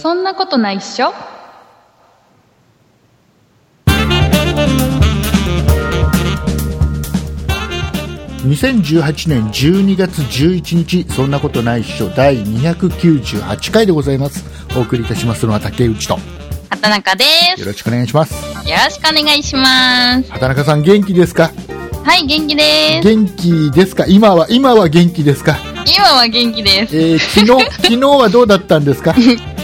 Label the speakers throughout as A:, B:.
A: そんなことないっしょ
B: 2018年12月11日そんなことないっしょ第298回でございますお送りいたしますのは竹内とよ
A: 畑中ですよ
B: ろしくお願いします
A: ろしくお願いします
B: 畑中さん元気ですか
A: はい元気です
B: 元気ですか今は今は元気ですか、
A: 今は元気です
B: えー、昨 日昨日はどうだったんですか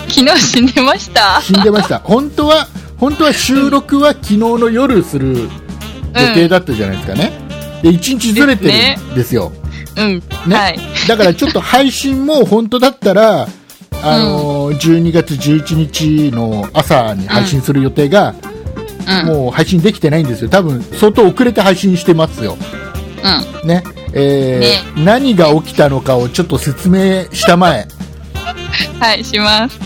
A: 昨日死んでました
B: 死んでま した本当は本当は収録は昨日の夜する予定だったじゃないですかね、で1日ずれてるんですよ、
A: うん、
B: ね
A: はい
B: だからちょっと配信も本当だっ たら、あのー12月11日の朝に配信する予定が、
A: うん
B: もう配信できてないんですよ、多分相当遅れて配信してますよ、
A: う
B: ねえー何が起きたのかをちょっと説明した前、
A: んはいします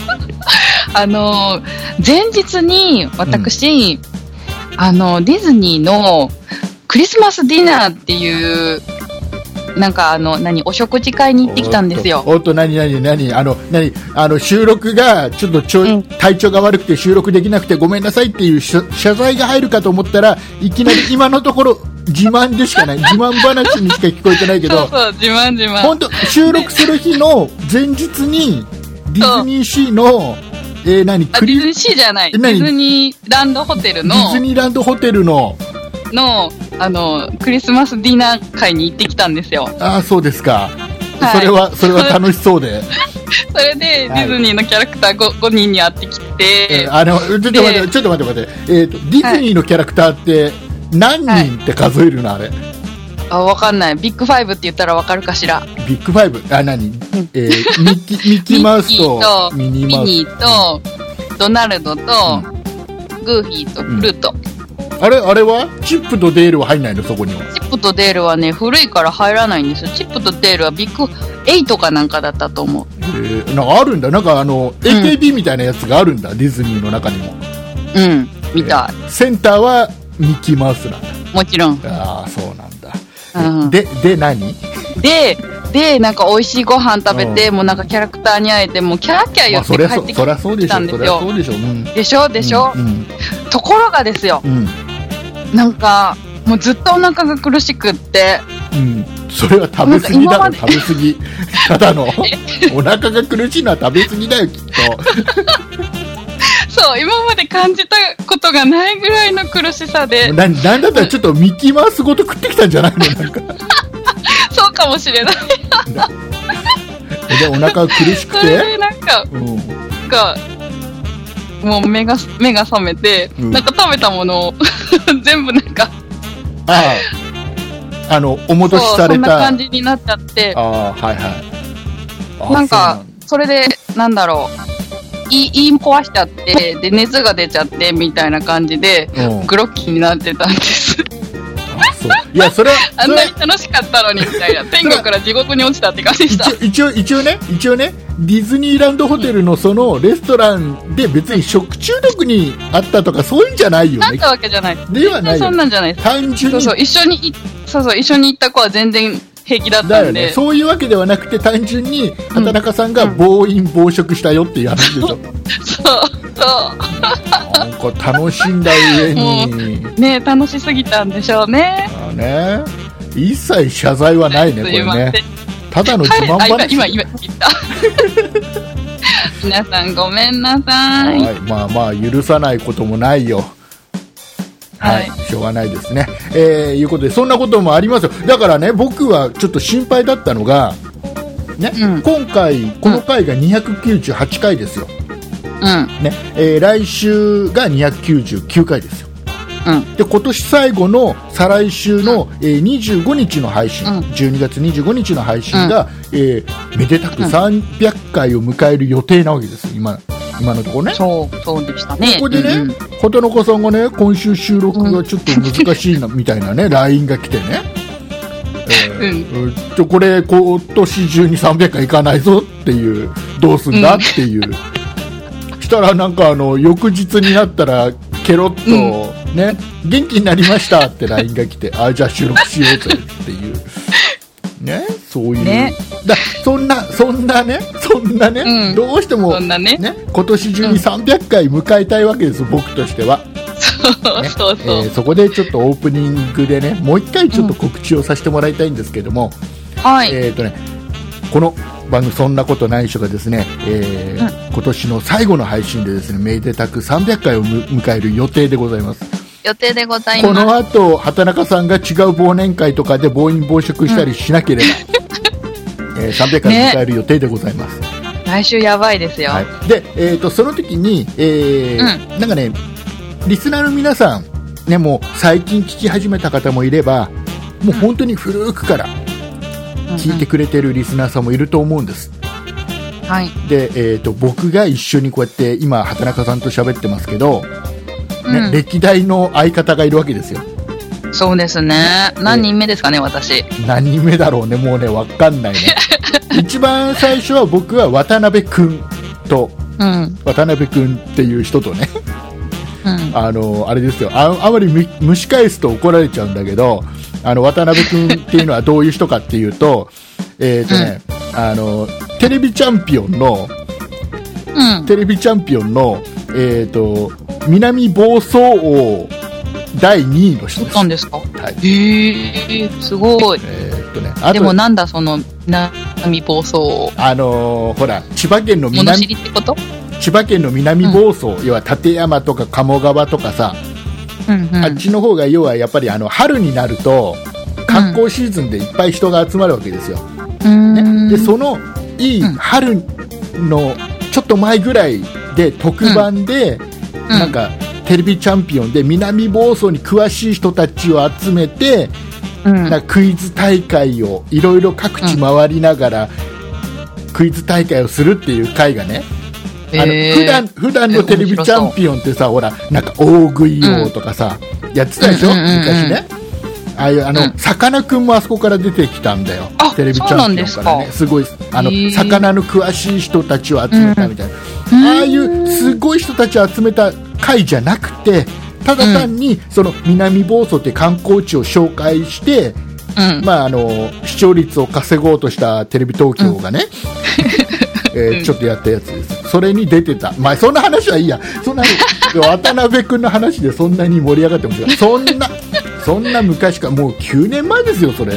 A: あの前日に私、あのディズニーのクリスマスディナーっていうなんかあの何お食事会に行ってきたんですよ
B: おっとおっと、何、何、何、あの、何、あの、収録が、ちょっとちょい、
A: うん
B: 体調が悪くて収録できなくてごめんなさいっていう謝謝罪が入るかと思ったら、いきなり今のところ、自慢でしかない、自慢話にしか聞こえてないけ
A: そう
B: ど、
A: そう自慢自慢
B: 本当収録する日の前日に、ディズニーシーの、えー何、
A: あ
B: ク
A: ディズニ
B: リ
A: ーシーじゃない
B: え
A: デ
B: 何
A: ィズニーランドホテル
B: デ
A: の
B: ィズニーランドホテルの、
A: のあのクリスマスディナー会に行ってきたんですよ
B: ああ、そうですか、
A: はい
B: それは、それは楽しそうで。
A: それでデ
B: は
A: ィ
B: い
A: ズニーのキャラクター 5, 5人に会ってきて、
B: あのちょっと待って、
A: で
B: ちょっと待って、待って、えーと、ディズニーのキャラクターって何人って数えるの、あれ。
A: あわかんないビッグファイブって言ったらわかるかしら
B: ビッグファイブ、あ、何、えーミッキー、 ミッキーマウスとミ
A: ミ
B: ニ
A: ニ
B: ーマウス。
A: ーとドナルドと、グーフィーとフルート、
B: あれ、あれはチップとデールは入んないの、そこには。
A: チップとデールはね古いから入らないんですよチップとデールはビッグ8かなんかだったと思う
B: えーなんかあるんだ、なんかあの、AKB みたいなやつがあるんだ、ディズニーの中にも。
A: うんみたい、
B: センターはミッキーマウスなんだ。
A: もちろん
B: ああ、そうなんだ。
A: うん
B: で、で、何
A: で、で、なんか美味しいご飯食べて、もうなんかキャラクターに会えて、もうキャーキャー
B: ま
A: 言
B: あ、
A: っ
B: そ
A: て
B: りゃ
A: 帰
B: そ
A: っ、て
B: そりゃそうで
A: き
B: しょ、
A: たん
B: そ
A: で
B: り
A: す
B: ゃそ
A: よ。
B: うでしょ、うん。
A: でしょでしょ、
B: うん。
A: ところがですよ、
B: うん。
A: なんか、もうずっとお腹が苦しくって、
B: うん、それは食べ過ぎだ
A: な
B: ろ
A: んか
B: 食べ過ぎただ のお腹が苦しいのは食べ過ぎだよきっ
A: そう、今まで感じたことがないぐらいの苦しさ
B: と
A: で、
B: ななんだったらちょっとミッキーマウスごと食ってきたんじゃないのなんか
A: そうかもしれない。
B: でお腹が苦し
A: そ
B: く
A: れ
B: て、
A: でなんか、
B: うん、
A: なんか、もう目が、目が覚めて、
B: うん
A: なんか食べたものを 全部なんか、
B: あああのお戻し
A: そ
B: さ
A: う、そ
B: れ
A: んな
B: たあ
A: 感じになっちゃって、
B: あはいはいあ
A: なん
B: そ
A: か
B: う、
A: それで、なんだろう、胃胃壊しちゃって、で、熱が出ちゃって、みたいな感じで、
B: なんうん
A: グロッキーになってたんです。
B: あそういやそれは
A: あ
B: そ
A: ん
B: れ
A: な
B: は
A: に楽しかったのに、みたいな。天国から地獄に落ちたって感じでした。
B: 一応一応一応ね一応ねディズニーランドホテルのそのレストランで別に食中毒にあったとかそういうんじゃないよ
A: なっ
B: ね
A: たわけじゃない。
B: ではないよ
A: そんなんじゃないです。
B: 単純
A: そ
B: に
A: うそう、一緒にい、そうそう、一緒に行った子は全然平気だっ
B: だ
A: た
B: よ
A: ん
B: ね
A: で。
B: そういうわけではなくて単純に畑中さんが暴飲暴食したよっていう話でしょ、
A: そう、そ
B: なんか楽しんだ上に、
A: う。ね楽しすぎたんでしょうね。
B: あね一切謝罪はないねこ
A: すい
B: れ
A: ません
B: ね。ただの自慢
A: はい、あ、
B: 話
A: 今、今、今、言 った。皆さんごめんなさい。
B: はい、まあまあ許さないこともないよはい、
A: は
B: しょうがないですねえー、いうことでそんなこともありますよだからね僕はちょっと心配だったのがね、
A: うん
B: 今回この回が298回ですよ、
A: うん、
B: ねえー来週が299回ですよ
A: うん。
B: で今年最後の再来週の、えー25日の配信、
A: うん
B: 12月25日の配信が、えーめでたく
A: うん
B: 300回を迎える予定なわけですよ今今のところね。
A: そう、そうでしたね。
B: ここでね、
A: うんうん
B: 畑中さんがね今週収録がちょっと難しいな、みたいな ね LINE が来てね、えーうんちょこれ今年中に300回いかないぞっていうどうすんだっていう、したらなんかあの翌日になったらケロッと、 ね元気になりましたって LINE が来てあじゃあ収録しようぜっていうね、そういう、
A: ね
B: だそんな、そんなね、そんなね、
A: うん
B: どうしても、
A: そんなね
B: 今年中
A: うん
B: に300回迎えたいわけです、僕としては、
A: そう
B: ね
A: そう
B: え
A: そう
B: ーそこでちょっとオープニングでね、もう一回ちょっと告知をさせてもらいたいんですけども、
A: はい。
B: えーとね、この番組「そんなことないっしょ」がですね、えー今年の最後の配信でですねめでたく300回をむ迎える予定でございます
A: 予定でござい
B: こ
A: ます。
B: のあと畑中さんが違う忘年会とかで暴飲暴食したりしな ければ、えー300回を迎える予定でございます、
A: 来週やばいですよ。
B: はい、で、えー、とその時に、えーなんかねリスナーの皆さん、ね、もう最近聞き始めた方もいればもう本当に古くから聞いてくれてるリスナーさんもいると思うんです、
A: うんうんはい。
B: で、えー、と僕が一緒にこうやって今畑中さんと喋ってますけど、ね
A: うん
B: 歴代の相方がいるわけですよ
A: そうですね。何人目ですかね、私。
B: 何人目だろうねもうね分 かんないね一番最初は僕は渡辺君と
A: うん。
B: 渡辺君っていう人とね
A: うん。
B: あのあれですよああまりむ蒸し返すと怒られちゃうんだけどあの渡辺君っていうのはどういう人かっていうと えっとね、あのテレビチャンピオンの
A: うん。
B: テレビチャンピオンの、えー、と南房総王第2位の
A: そう
B: 人です。
A: なんですか
B: はい
A: へえー、すごい。
B: えーっとね、あ
A: でも
B: と
A: なんだその、南房総。
B: あのーほら千葉県の
A: 物知
B: 南
A: りってこと
B: 千葉県の南房総、要は館山とか鴨川とかさ、
A: うんうん。
B: あっちの方が要はやっぱりあの春になると観光シーズンでいっぱい人が集まるわけですよ。
A: うー
B: ね
A: ん
B: でそのいい
A: うん
B: 春のちょっと前ぐらいで特番で、なんかテレビチャンピオンで南房総に詳しい人たちを集めて、
A: うん
B: なんかクイズ大会をいろいろ各地回りながら、クイズ大会をするっていう回がね、あの
A: へー
B: 普段普段のテレビチャンピオンってさほらなんか大食い王とかさ、やってたでしょ、
A: うんうんうんうん
B: 昔ね。ああいうあ
A: う
B: の、
A: ん
B: さかなクンもあそこから出てきたんだよ
A: あ、
B: テレビチャン
A: そ
B: ピオンから
A: うなん
B: ね、
A: ですすか
B: ごいあの、
A: へー
B: 魚の詳しい人たちを集めたみたいな、ああいうすごい人たちを集めた会じゃなくて、ただ単にその南房総って観光地を紹介して、
A: うん。
B: まあ、あの視聴率を稼ごうとしたテレビ東京がね、えー
A: うん
B: ちょっとやったやつです、それに出てた、まあ、そんな話はいいや、そんな渡辺君の話でそんなに盛り上がってもしそんな、そんな昔から、もう9年前ですよ、それ、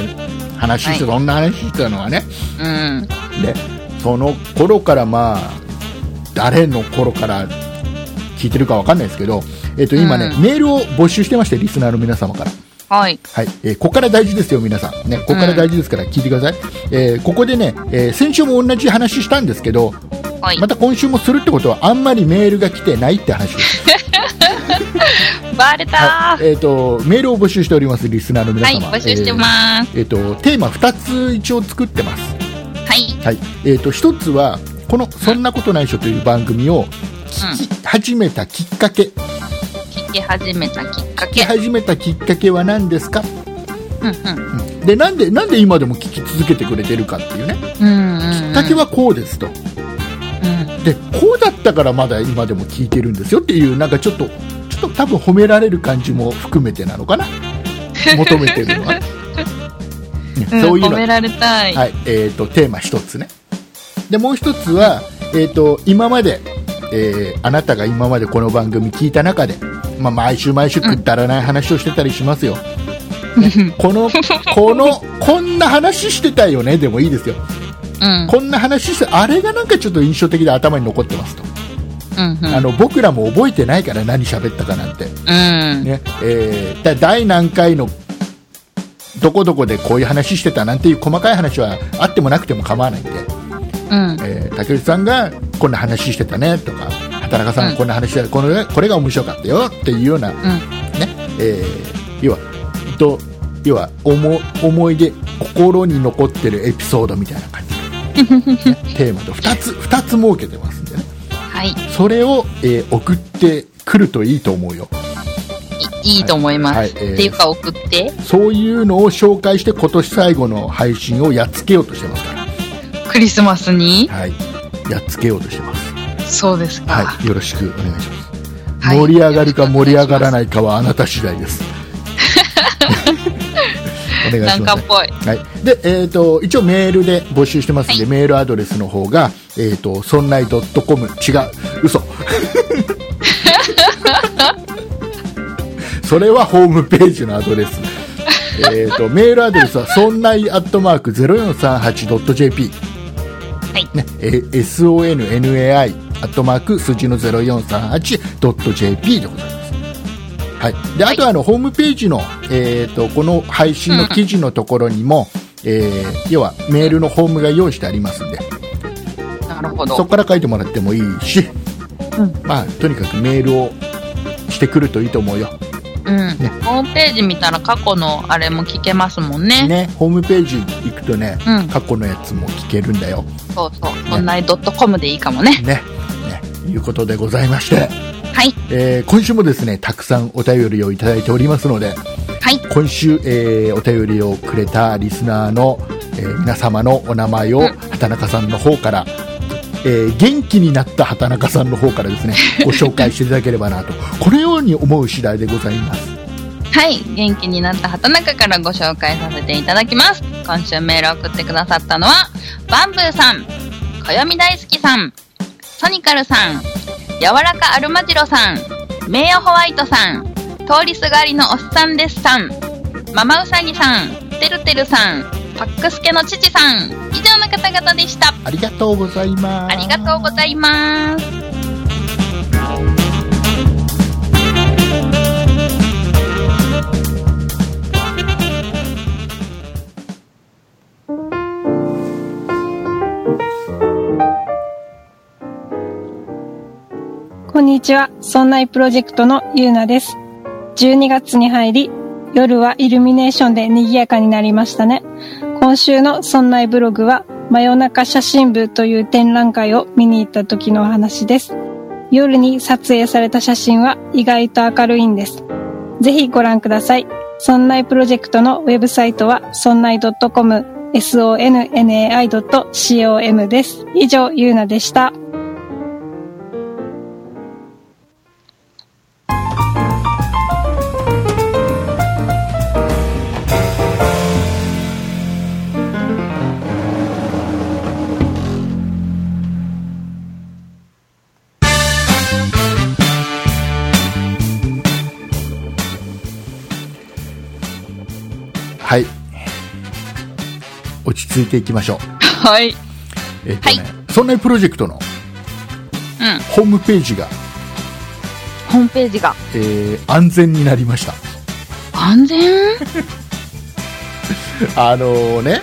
B: 話して、そんな話してたのはね、
A: うん。
B: でその頃から、まあ、誰の頃から聞いてるかわかんないですけど、えっと今ね、
A: うん
B: メールを募集してまして、リスナーの皆様から。
A: はい。
B: はい、えーここから大事ですよ、皆さん。ね、ここから大事ですから聞いてください。えーここでね、えー先週も同じ話したんですけど、
A: はい。
B: また今週もするってことは、あんまりメールが来てないって話です。
A: バレた
B: はい、えっ、と、メールを募集しております、リスナーの
A: ー
B: 皆
A: はい、
B: 様。
A: 募集してます。
B: えーえーと、テーマ2つ一応作ってます。
A: はい。
B: はい、えっ、と、1つは、この、そんなことないっしょという番組を聞き始めたきっかけ、
A: 聞き始めたきっか
B: 聞き
A: け。
B: 始めたきっかけは何ですか、
A: うんうん。
B: うんで、なんで、なんで今でも聞き続けてくれてるかっていうね、
A: うんうんうん。
B: きっかけはこうですと。
A: うん。
B: でこうだったからまだ今でも聞いてるんですよっていうなんかちょっとちょっと多分褒められる感じも含めてなの かな求めてるのは、ね
A: うん
B: そういう
A: 褒
B: の、
A: められたい。
B: はいえー、とテーマ一つねでもう一つは、えー、と今まで、えーあなたが今までこの番組聞いた中で、まあ、毎週毎週くだらない話をしてたりしますよ、ね このこのこんな話してたよねでもいいですよ
A: うん。
B: こんな話してあれがなんかちょっと印象的で頭に残ってますと
A: うんうん。
B: あの僕らも覚えてないから何喋ったかなんて、
A: うん。
B: ねえーだ第何回のどこどこでこういう話してたなんていう細かい話はあってもなくても構わないんで、
A: うん。
B: えー竹内さんがこんな話してたねとか畑中さん
A: うん
B: がこんな話してた、このこれが面白かったよっていうような、ねえー要はど要は思思い出心に残ってるエピソードみたいな感 じ、ねテーマと2つ2つ設けてますんでね。
A: はい。
B: それを、えー送ってくるといいと思うよ
A: いいいと思います。
B: はい
A: っ
B: はいえー
A: ていうか、送って。
B: そういうのを紹介して今年最後の配信をやっつけようとしてますか
A: クリスマスに
B: ら、はい、やっつけようとしてます、
A: そうですか。
B: はい、よろしくお願いします、
A: はい
B: 盛 り上がるか盛り上がらないかはあなた次第です願い
A: な
B: し
A: ん
B: ま
A: か
B: す
A: っ。ぽい。
B: はい。で、えっ、と、一応メールで募集してますんで、
A: は
B: メールアドレスの方が、えっ、と、そんない .com、違う、嘘。それはホームページのアドレス。えっと、メールアドレスは、そんないアットマーク 0438.jp。
A: はい。
B: ね、えー sonnai アットマーク数字の 0438.jp でございます。はい。で、あとあの、ホームページの、えっ、と、この配信の記事のところにも、えー要はメールのホームが用意してありますんで、
A: なるほど。
B: そこから書いてもらってもいいし、
A: うん
B: まあ、とにかくメールをしてくるといいと思うよ。
A: うん、ホームページ見たら過去のあれも聞けますもんね。
B: ね、ホームページ行くとね、
A: うん
B: 過去のやつも聞けるんだよ。
A: そうそう。そんなドットコムでいいかもね。
B: ね、ね、いうことでございまして。
A: はい。
B: えー今週もですね、たくさんお便りをいただいておりますので、
A: はい。
B: 今週、えーお便りをくれたリスナーの、えー皆様のお名前を
A: うん
B: 畑中さんの方から、えー元気になった畑中さんの方からで すね、ご紹介していただければなと、このように思う次第でございます。
A: はい。元気になった畑中からご紹介させていただきます。今週メールを送ってくださったのは、バンブーさん、こよみ大好きさん、ソニカルさん、柔らかアルマジロさん、名誉ホワイトさん、通りすがりのおっさんですさん、ママウサギさん、てるてるさん、パックスケの父さん、以上の方々でした。
B: ありがとうございます。
A: ありがとうございます。
C: こんにちは。そんないプロジェクトのゆうなです。12月に入り、夜はイルミネーションで賑やかになりましたね。今週のそんないブログは、真夜中写真部という展覧会を見に行った時のお話です。夜に撮影された写真は意外と明るいんです。ぜひご覧ください。そんないプロジェクトのウェブサイトは、そんない .com、sonnai.com です。以上、ゆうなでした。
B: はい。落ち着いていきましょう。
A: はい。うん。
B: えっ、とね、
A: は
B: そんなプロジェクトのホームページが、
A: ホームページが
B: えー安全になりました。
A: 安全
B: あのね、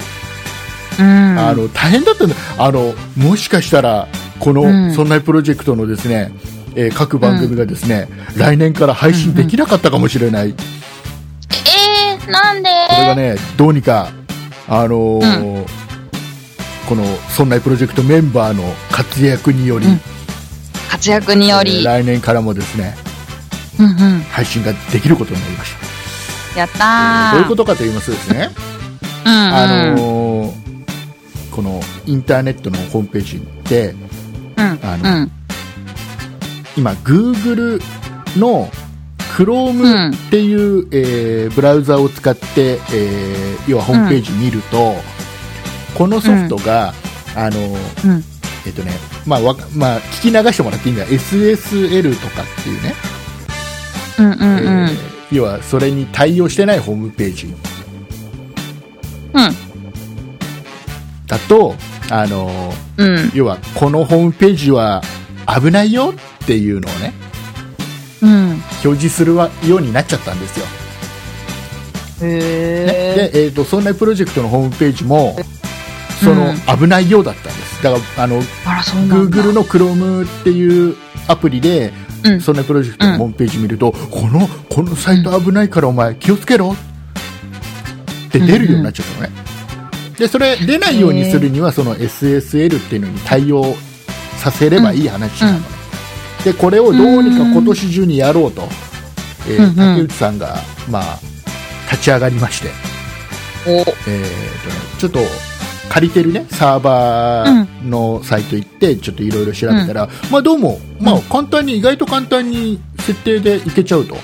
A: うん。
B: あの大変だったんだあのもしかしたらこの
A: うん
B: 「そんなプロジェクト」のですね、えー各番組がですね、来年から配信できなかったかもしれない、こ
A: えー、なんで
B: れがねどうにかあのーこの「そんなプロジェクト」メンバーの活躍により、
A: うん活躍によ
B: えー
A: り。
B: 来年からもですね
A: うんうん。
B: 配信ができることになりまし
A: やった
B: た
A: ー。
B: どういうことかと言いますとですね、
A: うんうん、
B: あのーこのインターネットのホームページで
A: うん、
B: あ
A: う
B: の
A: ん。
B: 今 Google の
A: う
B: Chrome
A: ん。
B: っていう、えーブラウザを使って、えー要はホームページ見ると、このソフトが、あの
A: うん。
B: えっ、とね、まあわかまあ、聞き流してもらっていいんだ SSL とかっていうね、
A: うん。うん。う
B: え
A: ん
B: ー。要はそれに対応してないホームページ
A: うん。
B: だと、あの
A: うん。
B: 要はこのホームページは危ないよっていうのをね
A: うん。
B: 表示するわようになっちゃったんですよ。
A: へ
B: で、えー、とそんなプロジェクトのホームページもその
A: うん
B: 危ないようだったんですだからあの
A: ー。あら、そうなんだ。
B: Google の Chrome っていうアプリで
A: うん。
B: そんなプロジェクトのホームページ見ると、このこのサイト危ないからお前気をつけろって出るようになっちゃったのね、でそれ出ないようにするにはその SSL っていうのに対応させればいい話なのね、でこれをどうにか今年中にやろうと、えー
A: うんうん
B: 竹内さんが、まあ、立ち上がりまして、
A: お
B: えーとね、ちょっと借りてるねサーバーのサイト行ってちょっといろいろ調べたら、まあどうも、まあ、簡単に意外と簡単に設定でいけちゃうと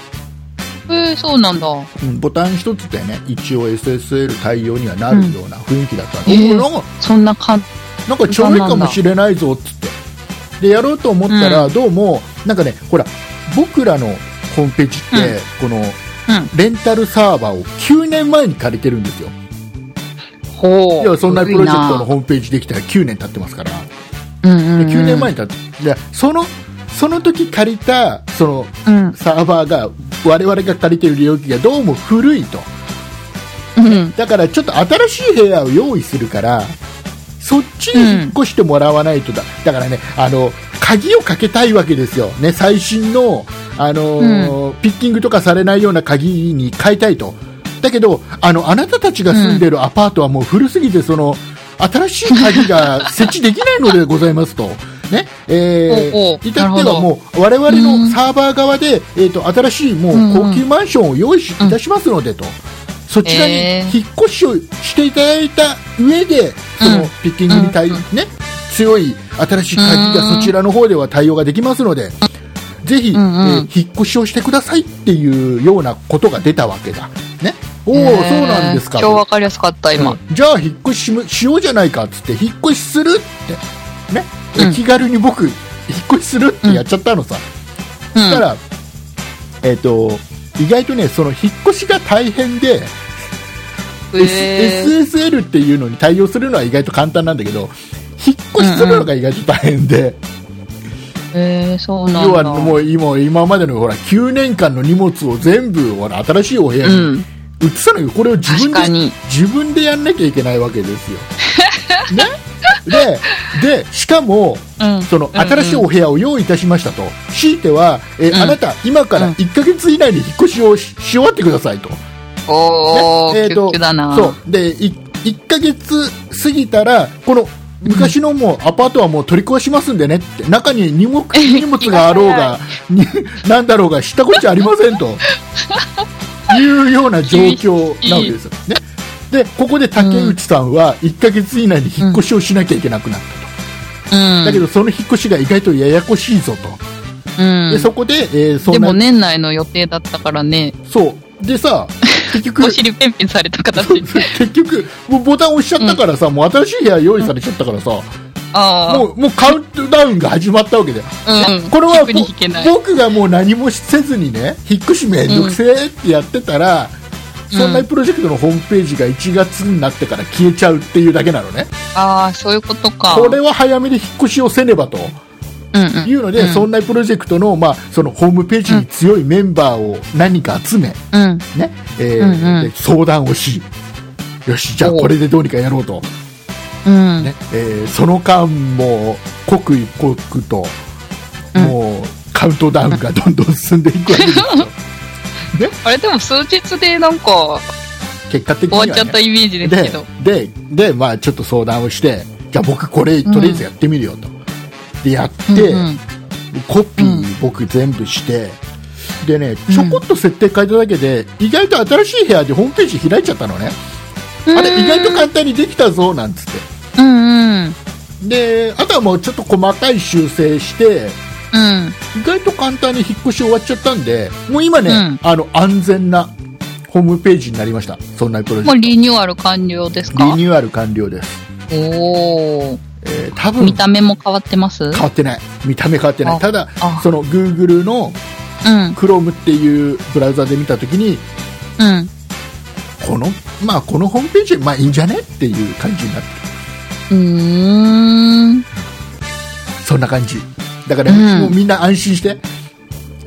A: えー、そうなんだ。
B: うんボタン一つでね一応 SSL 対応にはなるような雰囲気だったの、
A: うんえー
B: おなんか
A: そんな感
B: なんかちょうどいいかもしれないぞっつってでやろうと思ったらどうも、なんかねほら僕らのホームページって、このレンタルサーバーを9年前に借りてるんですよ
A: ほう。
B: いやそんなプロジェクト
A: 古
B: のホームページできたら9年経ってますから、
A: いなうんうんうん、
B: 9年前に経ってでそのその時借りたその
A: うん。
B: サーバーが我々が借りてる領域がどうも古いと
A: うん。
B: だからちょっと新しい部屋を用意するからそっちに引っ越してもらわないとだ、だからねあの鍵をかけたいわけですよ、ね、最新の、あのーピッキングとかされないような鍵に変えたいとだけどあのあなたたちが住んでるアパートはもう古すぎてその新しい 鍵が設置できないのでございますと。ねえ
A: おうおう
B: ー、至っては
A: なるほど
B: もう我々
A: う
B: の
A: ん
B: サーバー側で、えー、と新しいもう高級マンションを用意しいたしますのでと、そちらに引っ越しをしていただいた上で、その
A: うん
B: ピッキングに対、
A: うんう
B: ね、強い新しい鍵がそちらの方では対応ができますので、ぜひ、
A: うんうん
B: えー引っ越しをしてくださいっていうようなことが出たわけだ。ね。おお、
A: えー
B: そうなんですか。
A: 超わかりやすかった、今。
B: うんじゃあ引っ越ししむしようじゃないかっつって引っ越しするって、ね
A: うん
B: 気軽に僕引っ越しするってやっちゃったのさ、
A: うん。
B: そしたら、えっと意外とねその引っ越しが大変で、
A: えー
B: S- SSL っていうのに対応するのは意外と簡単なんだけど引っ越しするのが意外と大変で、
A: えー、そうなんだ。
B: 要はもう今今までのほら9年間の荷物を全部ほら新しいお部屋に
A: うん。
B: 移さないこれを自分
A: 確か
B: で
A: に。
B: 自分でやんなきゃいけないわけで すよ。ね、ででしかも
A: うん。
B: そ
A: う
B: の
A: んうん
B: 新しいお部屋を用意いたしましたと、強いては、えー
A: ん
B: あなた、今から
A: うん
B: 1ヶ月以内に引っ越しをしし終わってくださいと、
A: おー、
B: ねえー
A: キュ
B: と
A: ッキュだな。
B: そうでい1ヶ月過ぎたらこの昔のもうアパートはもう取り壊しますんでねって中に荷物荷物があろうがになんだろうがしたこっちゃありませんというような状況なわけですよ、ね、でここで竹内さんは1ヶ月以内に引っ越しをしなきゃいけなくなったと、
A: うん。
B: だけどその引っ越しが意外とややこしいぞと。
A: うん。
B: でそこで、えーそ
A: で
B: んな
A: も年内の予定だったからね、
B: そうでさ結局
A: お尻ペンペンされた形。
B: 結局もうボタン押しちゃったからさ、もう新しい部屋用意されちゃったからさ、
A: ああ。
B: もうもうカウントダウンが始まったわけで、
A: うんうん
B: これは
A: 逆に引けない
B: ぼ僕がもう何もせずにね引っ越しめんどくせえってやってたら、
A: うん
B: そんなプロジェクトのホームページが1月になってから消えちゃうっていうだけなのね、
A: ああ、そういうことか。
B: これは早めに引っ越しをせねばと。
A: うんうん。
B: いうので、
A: うん
B: そんなプロジェクトの,、まあそのホームページに強いメンバーを何人か集め、
A: うん。
B: ねえー
A: うんうん
B: で相談をしよしじゃあ
A: おう
B: これでどうにかやろうと、
A: うん。
B: ねえーその間も刻一刻と、
A: うん
B: もうカウントダウンがどんどん進んでいく わけですよ
A: あれでも数日でなんか
B: 結果的には、
A: 終
B: ね、
A: わっちゃったイメージですけど。
B: ででで、まあ、ちょっと相談をしてじゃあ僕これとりあえずやってみるよと、でやって、
A: うんうん
B: コピー僕全部して、でねちょこっと設定変えただけで、意外と新しい部屋でホームページ開いちゃったのね、あれ意外と簡単にできたぞなんつって
A: うんうん。
B: であとはもうちょっと細かい修正して
A: うん。
B: 意外と簡単に引っ越し終わっちゃったんでもう今ね、
A: うん
B: あの安全なホームページになりましたそんなプロジ
A: も
B: ェ
A: う
B: ク
A: リニューアル完了です
B: トリ
A: か
B: ニューアル完了です、
A: おお。
B: えー多分
A: 見た目も変わってますうん。
B: 変わってない見た目変わってない
A: あ
B: ただ
A: あ
B: その Google の
A: うん。
B: Chrome っていうブラウザで見た時にこのまあこのホームページまあいいんじゃねっていう感じになっ
A: う
B: て
A: ん。
B: るそんな感じだから、
A: うん
B: もうみんな安心して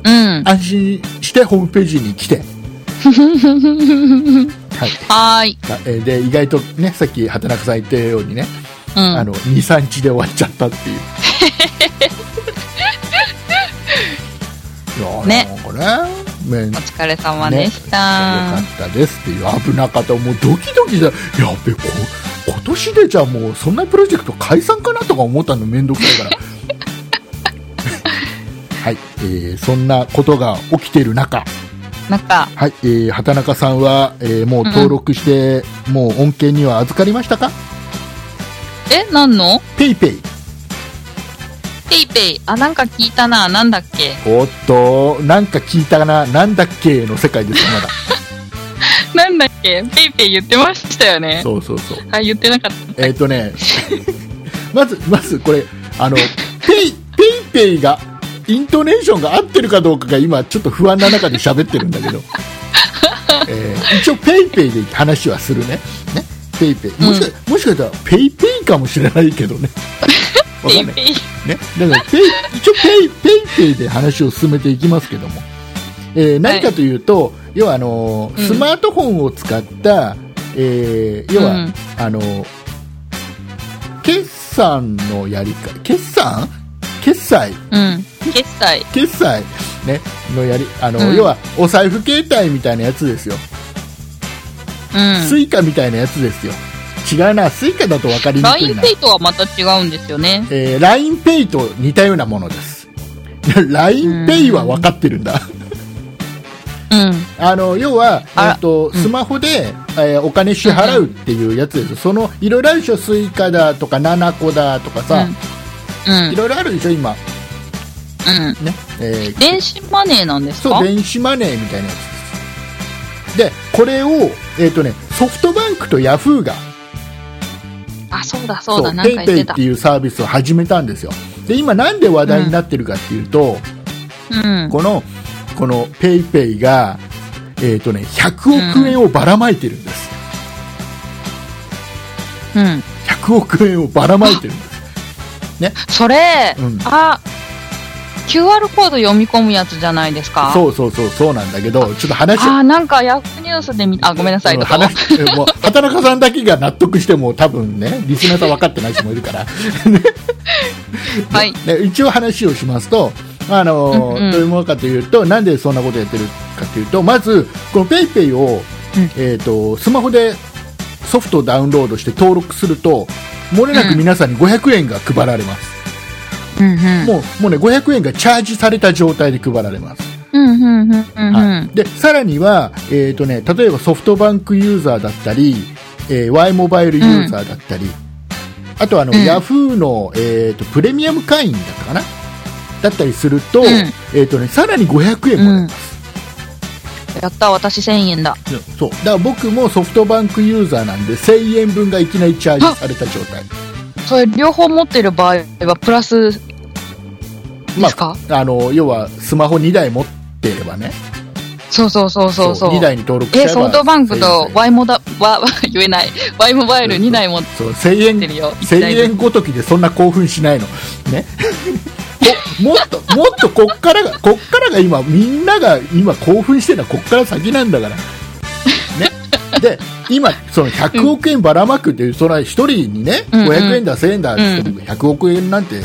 A: うん。
B: 安心してホームページに 来てはい
A: はーい。
B: あえーで意外とねさっき畑中さん言ったようにね、
A: う
B: あ
A: ん。
B: の23日で終わっちゃったっ ていういやー
A: ね
B: なんかねめん
A: お疲れ様でし
B: よ
A: た
B: か。ったですっていう危なかったもうドキドキじゃやべこ今年でじゃあもうそんなプロジェクト解散かなとか思ったの面倒く さいからはい、えーそんなことが起きている中
A: なんか、
B: はい、えー、畑中さんは、えーもう登録して、もう恩恵には預かりましたか
A: え、なんの
B: ペイペイ
A: ペイペイ、あ、なんか聞いたな、なんだっけ。
B: おっと、なんか聞いたな、なんだっけの世界です、まだ。
A: なんだっけ、ペイペイ言ってましたよね。
B: そうそうそう。
A: あ、言ってなかっ
B: えっ、とね、 まず、まずこれ、あの、ペイ、ペイペイが、イントネーションが合ってるかどうかが今、ちょっと不安な中で喋ってるんだけど、えー一応、ペイペイで話はするね。ねペイペイ。もしか、もしかしたら、ペイペイかもしれないけどね。
A: た。
B: わ
A: ペ
B: か
A: イ
B: んない
A: ペ。イ。
B: ね、だから ペイ一応ペイ、ペイペイで話を進めていきますけども、えー何かというと、要はあのー
A: うん
B: スマートフォンを使った、えー要は、
A: うん
B: あのー決算のやり方、決算決済
A: うん。決済。
B: 決済、ね、のやり、あのー
A: うん
B: 要はお財布携帯みたいなやつですよ。
A: うん
B: ス。イカみたいなやつですよ。違うな、スイカだと分かりにくいな。
A: LINEPay とはまた違うんですよね。
B: えー、LINEPay と似たようなものです。LINEPay は分かってるんだ。
A: うん。
B: あの要は、
A: あら
B: えっと
A: うん
B: スマホで、えーお金支払うっていうやつです、そのいろいろあるでしょ、スイカだとか、ナナコだとかさ、
A: うん。うん
B: い。ろいろあるでしょ、今、
A: うん。
B: ねえー
A: 電子マネーなんです
B: そ
A: か
B: う電子マネーみたいなやつです。で、これを、えっとね、ソフトバンクとヤフーが、
A: あ、そうだそうだ、なん
B: ペ
A: か
B: イペ
A: 言っ
B: イ
A: て
B: ったて。いうサービスを始めたんですよ。で、今、なんで話題になってるかっていうと、
A: うん。
B: この、このペイペイが、えっ、とね、100億円をばらまいてるんです。
A: うん。
B: 100億円をばらまいてるんです。
A: それ、
B: うん
A: あ、QR コード読み込むやつじゃないですか。う。
B: そうそうそう、そうなんだけど、ちょっと話を、
A: あ、なんかヤフーニュースで見あ、ごめんなさい、
B: あ
A: ど
B: の
A: うぞ。
B: 話、もう、畑中さんだけが納得しても多分ね、リスナーさん分かってない人もいるから、
A: はい。
B: で一応話をしますと、あのー
A: うんうん
B: どういうものかというと、なんでそんなことやってるかというと、まず、この PayPay を、
A: うん
B: えっ、と、スマホでソフトをダウンロードして登録すると、もれなく皆さんに500円が配られます。
A: うんうん。
B: もう、もうね、500円がチャージされた状態で配られます。
A: うんうんうんうんう
B: はい
A: ん。
B: で、さらには、えっ、とね、例えばソフトバンクユーザーだったり、えー Y モバイルユーザーだったり、あとあの、
A: うん
B: ヤフーの、えっ、と、プレミアム会員だったかなだったりすると、
A: ん
B: えっ、とね、さらに500円もらえます。
A: やった、私1000円だ。
B: そう。だから僕もソフトバンクユーザーなんで、1000円分がいきなりチャージされた状態。
A: それ、両方持ってる場合は、プラス、ですか
B: あ、あの、要は、スマホ2台持ってればね。
A: そうそうそうそうそう。
B: 2台に登録し
A: え、
B: ちゃえば
A: ソフトバンクと
B: 1000円
A: Y モダ、わ、わ 言えない。Y モバイル2台持っ
B: そう1000円
A: てるよ。1台
B: 1000
A: 分
B: 円ごときでそんな興奮しないの、ね、こもっともっとこっからがこっからが今みんなが今興奮してるのはこっから先なんだから、ね、で今その100億円ばらまくっていう、その1人にね
A: うんうん
B: 500円だ1000円だって言っても100億円なんて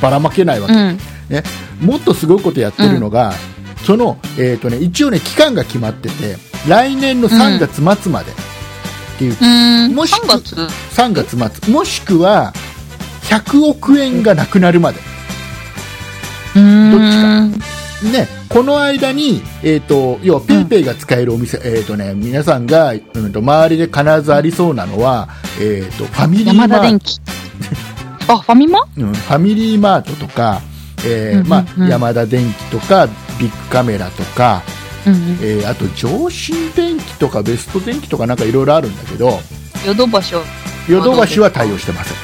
B: ばらまけないわけ、
A: うん。
B: ね、もっとすごいことやってるのが、その、えーとね、一応ね期間が決まってて来年の3月末までっていう
A: うん。
B: もし
A: 3月
B: 3月末もしくは100億円がなくなるまで、
A: うーん。
B: どっちね、この間に、えー、と要は PayPay が使えるお店、えーとね、皆さんが、うん、と周りで必ずありそうなのは、えー、とファミリーマ
A: 山田
B: ー
A: 電
B: ト、
A: 機。あ、ファミマ
B: うん、ファミリーマートとか、えー
A: うんうん
B: ま
A: う
B: あ、
A: ん
B: 山田電機とかビッグカメラとか、
A: うん。
B: えーあと上信電機とかベスト電機とかなんかいろいろあるんだけど
A: ヨドバシを、
B: ヨドバシは対応してません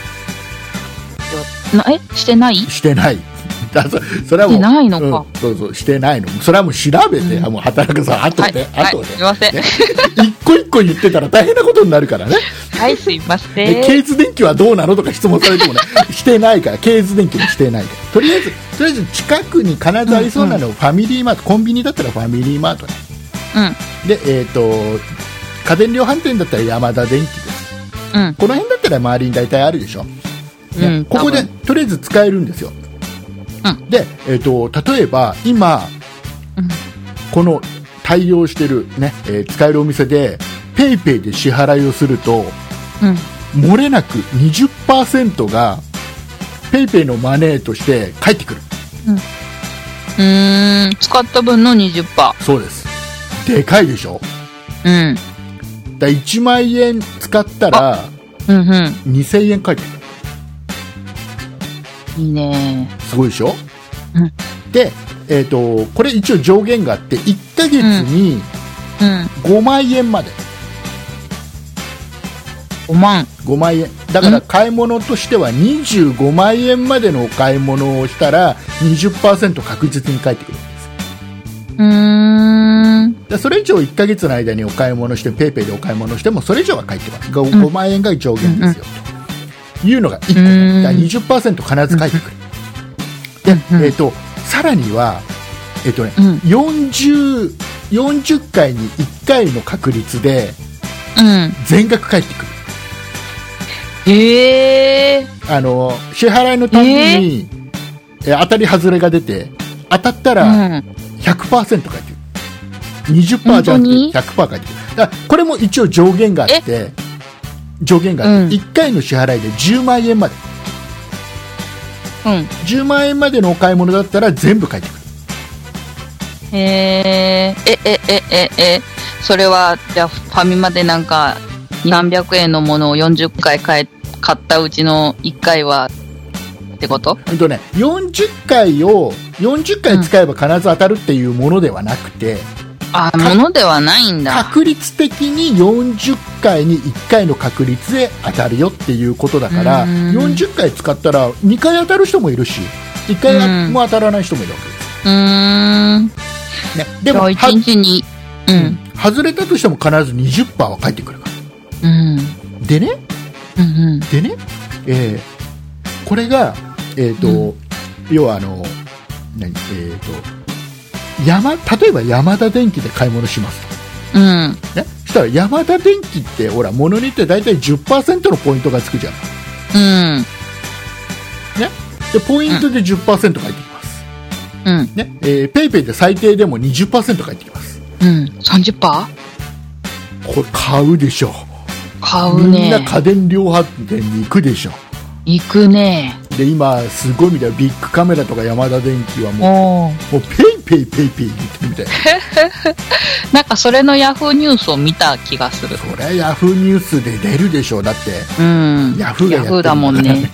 A: なえしてない
B: してない。 だそそれはもう
A: してないのか
B: うんそうそうしてないのそれはもう調べて、
A: うん
B: もう働くさん後
A: はい。
B: で、
A: はい
B: 後で、
A: すいません。
B: ね一個一個言ってたら大変なことになるからね、
A: はい、すいませ
B: で
A: ん。
B: ケーズ電気はどうなのとか質問されてもね してないからケーズ電気もしてないからとりあえずとりあえず近くに必ずありそうなのをファミリーマートコンビニだったらファミリーマートねでえっ、と家電量販店だったら山田電機です
A: うん。うん。
B: この辺だったら周りに大体あるでしょ、ね
A: うん
B: ここで
A: 多
B: とりあえず使えるんですよ、
A: う
B: で、えー、と例えば今
A: うん
B: この対応してる、ねえー使えるお店で PayPay で支払いをすると
A: うん。
B: 漏れなく20%が PayPay のマネーとして返ってくる
A: うーん。使った分の20%。
B: そうですでかいでしょ
A: うん。
B: だ1万円使ったら
A: うんうん。
B: 2000円返ってくる
A: いいね。
B: すごいでしょ、
A: うん
B: で、えっとこれ一応上限があって1ヶ月に
A: うん。
B: 5万円まで
A: 5万。
B: 5万円だから買い物としては25万円までのお買い物をしたら20%確実に返ってくる
A: うーん。
B: でそれ以上1ヶ月の間にお買い物して PayPay ペイペイでお買い物してもそれ以上は返ってますが 5, 万円が上限ですよ、というのが1個
A: うん
B: ねだから20%必ず返ってくる、
A: うん
B: えっとさらには、えっとね
A: うん。
B: 40, 40回に1回の確率で
A: うん。
B: 全額返ってくる
A: へえ。
B: あの支払いのたびに、え当たり外れが出て当たった
A: う
B: ら、
A: ん。
B: 100%書いてる20%
A: 本
B: じゃ
A: 当
B: なく
A: に
B: て100%書いてるだからこれも一応上限があって上限があって、
A: うん
B: 1回の支払いで10万円まで
A: うん。
B: 10万円までのお買い物だったら全部返ってくる
A: へえ。え、え、え、え、え。それは、じゃあ、ファミマでなんか、300円のものを40回買え買ったうちの1回は、ってこと
B: うんとね40回を40回使えば必ず当たるっていうものではなくて、
A: あ、ものではないんだ。
B: 確率的に40回に1回の確率で当たるよっていうことだから
A: うん
B: 40回使ったら2回当たる人もいるし1回も当たらない人もいるわけです
A: うーん。
B: ね、
A: で
B: でも
A: も、
B: は
A: 1日に。うん。
B: 外れたとしても必ず20%は返ってくるから
A: うん。
B: でね
A: うん。
B: でね、えーこれが、えーと
A: う
B: 要はあの何、えー、と山例えば山田電機で買い物します
A: うん。
B: と、ね、そしたら山田電機ってほら物にって大体10%のポイントがつくじゃん
A: うん。
B: でポイントで10%返ってきます、
A: うん。
B: ねえー、ペイペイで最低でも20%返ってきます
A: うん。30%?
B: これ買うでしょ
A: 買う
B: みん
A: ね
B: な。家電量販店に行くでしょ
A: 行くね。
B: で今すごいみたいなビッグカメラとかヤマダ電機は
A: お
B: も
A: お。
B: うもうペイペイペイペイ言ってるみたいな
A: なんかそれのヤフーニュースを見た気がする。
B: そりゃヤフーニュースで出るでしょうだって
A: うん。
B: ヤフーがや
A: ヤ
B: ってる
A: フーだもん ね。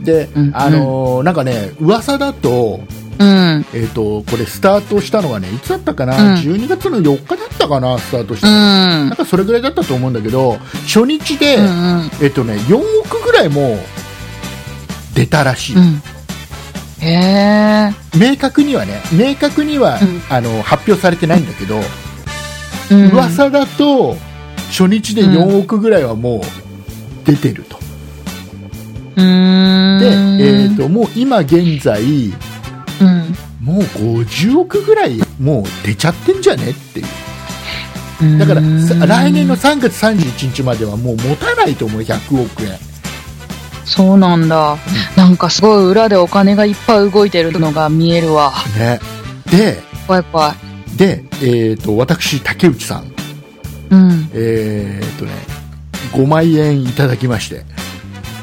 B: で、
A: うん
B: あのーなんかね噂だと,、
A: うん。
B: えー、とこれスタートしたのがねいつだったかな、
A: うん
B: 12月の4日だったかなスタートし
A: う
B: たの、
A: ん。
B: なんかそれぐらいだったと思うんだけど初日で、
A: うん。
B: えっとね4億ぐらいもう出たらしい、
A: うん。へえ。
B: 明確にはね明確には、
A: うん
B: あの発表されてないんだけど、
A: うん。
B: 噂だと初日で4億ぐらいはもう出てると、
A: うーん。
B: で、えー、ともう今現在
A: うん。
B: もう50億ぐらいもう出ちゃってんじゃねっていうだから
A: うん
B: さ来年の3月31日まではもう持たないと思う100億円
A: そうなんだ、なんかすごい裏でお金がいっぱい動いてるのが見えるわ
B: ねで
A: 怖い怖い
B: で、えー、と私竹内さん
A: うん
B: えー、とね5万円いただきまして、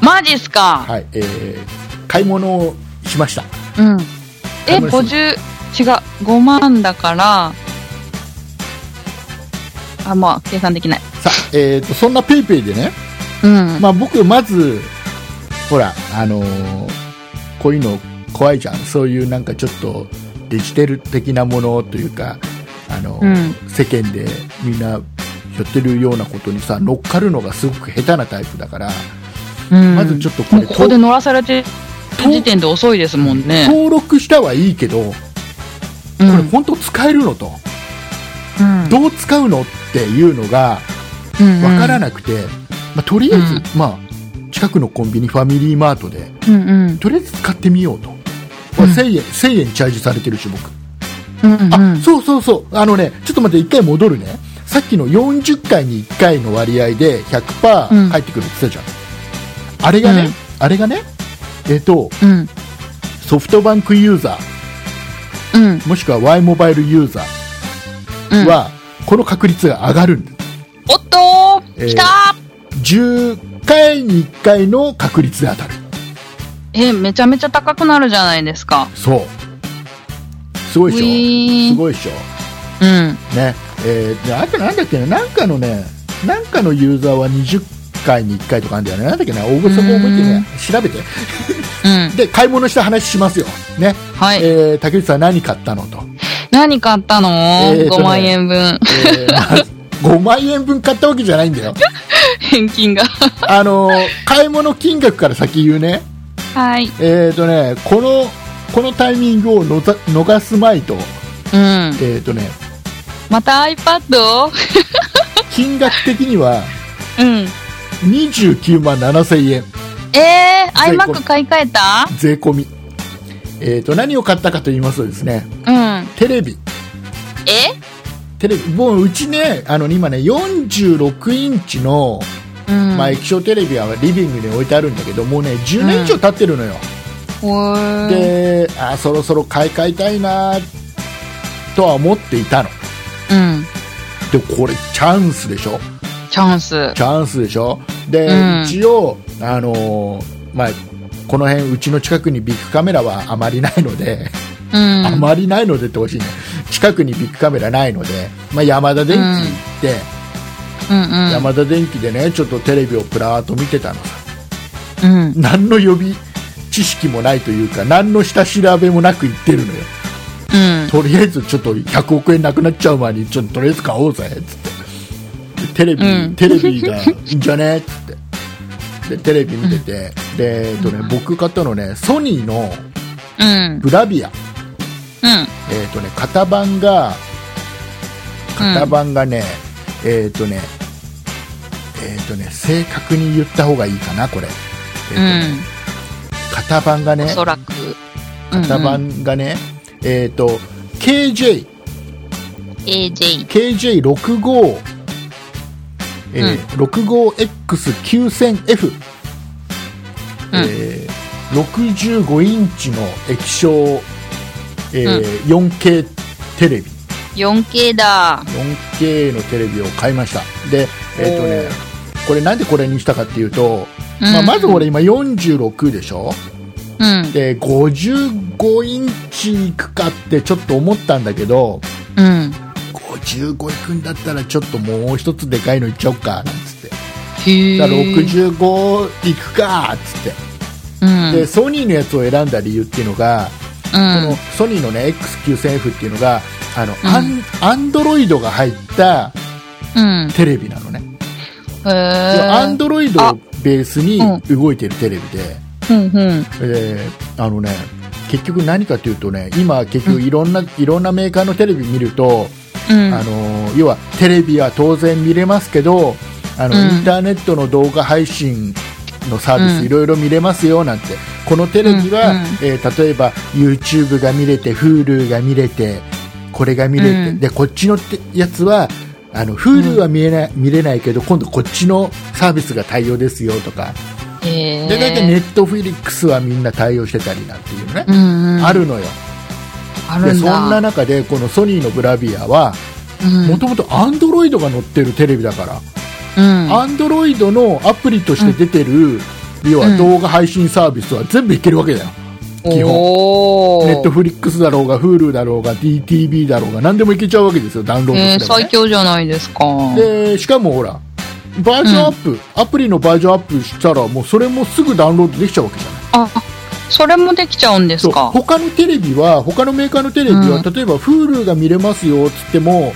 A: マジっすか、
B: はいえー買い物をしました
A: うんえ
B: 田村さん
A: 50違う5万だからあまあ計算できない
B: さあ、えー、とそんな PayPay でね
A: うん、
B: まあ、僕、まず、ほら、あのーこういうの怖いじゃん、そういうなんかちょっとデジタル的なものというか、あのー世間でみんなやってるようなことにさ、乗っかるのがすごく下手なタイプだから、
A: うん
B: まずちょっとこ
A: も
B: れ、
A: うここで乗らされてる
B: と
A: 時点で遅いですもんね
B: 登録したはいいけど、こ
A: う
B: れ、
A: ん
B: 本当使えるのと、
A: うん
B: どう使うのっていうのが
A: うん
B: 分からなくて、まあ、とりあえず、
A: うん
B: まあ、近くのコンビニ、ファミリーマートで。
A: うんうん
B: とりあえず使ってみようと、
A: うん
B: 1000円1000円チャージされてるし僕、
A: うんうん
B: あそうそうそうあのねちょっと待って1回戻るねさっきの40回に1回の割合で
A: うん
B: 100%返ってくるって言ってたじゃん、あれがね、
A: うん
B: あれがねえっ、と
A: うん
B: ソフトバンクユーザ
A: うん
B: ーもしくは Y モバイルユーザ
A: うん
B: ーは、この確率が上がるんだ
A: おっと
B: えー
A: ー来たー
B: 10回に1回の確率で当たる
A: えめちゃめちゃ高くなるじゃないですか
B: そうすご
A: う
B: いでしょ
A: い
B: す
A: ー
B: ごいでしょ
A: うん
B: ねえーであとなんだっけななんかのねなんかのユーザーは20回に1回とかあるんだよね。なんだっけな、大御所も覚えてね、調べて。
A: うん。
B: で、買い物した話しますよ。ね。
A: はい。
B: えー、竹内さん何買ったのと。
A: 何買ったの、
B: えーと
A: ?5
B: ね
A: 万円分。
B: えー、まあ、5万円分買ったわけじゃないんだよ。
A: 返金が。
B: あのー買い物金額から先言うね。
A: はい。
B: えー、とね、この、このタイミングをのざ逃すまいと、
A: うん。
B: えー、とね、
A: また iPad を
B: 金額的には
A: うん。
B: 29万7千円、
A: えー、
B: 最高
A: iMac 買い替えた
B: 税込み。えー、と、何を買ったかと言いますとですね、
A: うん。
B: テレビ。
A: え
B: テレビ、もううちね、あの、今ね、46インチの、
A: うん。
B: まあ、液晶テレビはリビングに置いてあるんだけど、もうね、10年以上経ってるのよ。
A: ほー
B: で、あー、そろそろ買い替えたいなとは思っていたの。
A: うん。
B: で、これ、チャンスでしょ
A: チャンス。
B: チャンスでしょで、
A: うん
B: 一応、あのーまあ、この辺うちの近くにビッグカメラはあまりないので、
A: うん。
B: あまりないのでってほしいね近くにビッグカメラないので、まあ、山田電機行って、
A: うんうん。
B: 山田電機でねちょっとテレビをプラーっと見てたのさ
A: うん。
B: 何の予備知識もないというか何の下調べもなく行ってるのよ
A: うん。
B: とりあえずちょっと100億円なくなっちゃう前にちょっととりあえず買おうぜっつってでテレビ、
A: うん
B: テレビがいいんじゃねっつってでテレビ見てて、でえっとね、僕買ったのねソニーの
A: うん。
B: ブラビア
A: うん。
B: えっ、とね型番が
A: うん
B: 型番がね、えっ、とねえっ、とね正確に言った方がいいかなこれ、えーとね型番が
A: うん。
B: ね
A: おそらく。
B: 型
A: うんうん。
B: 番がね、えっ、と KJ
A: AJ。
B: KJ65、えー 65X9000F、
A: うん
B: えー65インチの液晶、えー 4K テレビ
A: 4K だ。
B: 4K のテレビを買いましたでえっ、と
A: お
B: ね
A: ー
B: これなんでこれにしたかっていうと、
A: うん
B: まあ、まず俺今46でしょ
A: うん。
B: で55インチいくかってちょっと思ったんだけど、
A: うん。
B: 55行くんだったらちょっともう一つでかいのいっちゃおうかなんつって
A: へえ。
B: だから65いくかっつって、
A: うん。
B: でソニーのやつを選んだ理由っていうのが、
A: う
B: この
A: ん。
B: ソニーの、ね、X9000F っていうのがあの、
A: ん
B: アンアンドロイドが入った
A: うん。
B: テレビなのね
A: へえ。
B: アンドロイドをベースに
A: あ
B: 動いてるテレビで、
A: うんうん。
B: であのね結局何かというとね今結局いろんな、いろんなメーカーのテレビ見ると、
A: うん。
B: あの要はテレビは当然見れますけどあの、
A: うん
B: インターネットの動画配信のサービ
A: う
B: ス
A: ん
B: いろいろ見れますよなんて、このテレビは、
A: うんうん
B: えー例えば YouTube が見れて Hulu が見れてこれが見れて、
A: うん
B: でこっちのてやつはあの Hulu は見えない、見れないけど今度こっちのサービスが対応ですよとか
A: へえ。
B: で大体 Netflix はみんな対応してたりなんていうね
A: う、んうん。
B: あ。るのよ
A: あ
B: で
A: るん
B: そん
A: だ。
B: な中でこのソニーのブラビアは
A: うん。
B: もともとアンドロイドが載ってるテレビだから、
A: うん。
B: アンドロイドのアプリとして出てる、要は動画配信サービスは全部いけるわけだよ、基本
A: お
B: ネ
A: ー
B: ットフリックスだろうが、Hulu だろうが、DTV だろうが、何でもいけちゃうわけですよ、ダウンロード
A: えー、
B: すれば、
A: 最
B: ね
A: 強じゃないですか。
B: でしかもほら、バージョンアップ、アプリのバージョンアップしたら、もうそれもすぐダウンロードできちゃうわけじゃない。
A: あ、それもできちゃうんです
B: そう
A: か。
B: 他のテレビは、他のメーカーのテレビは、
A: うん
B: 例えば Hulu が見れますよっつっても、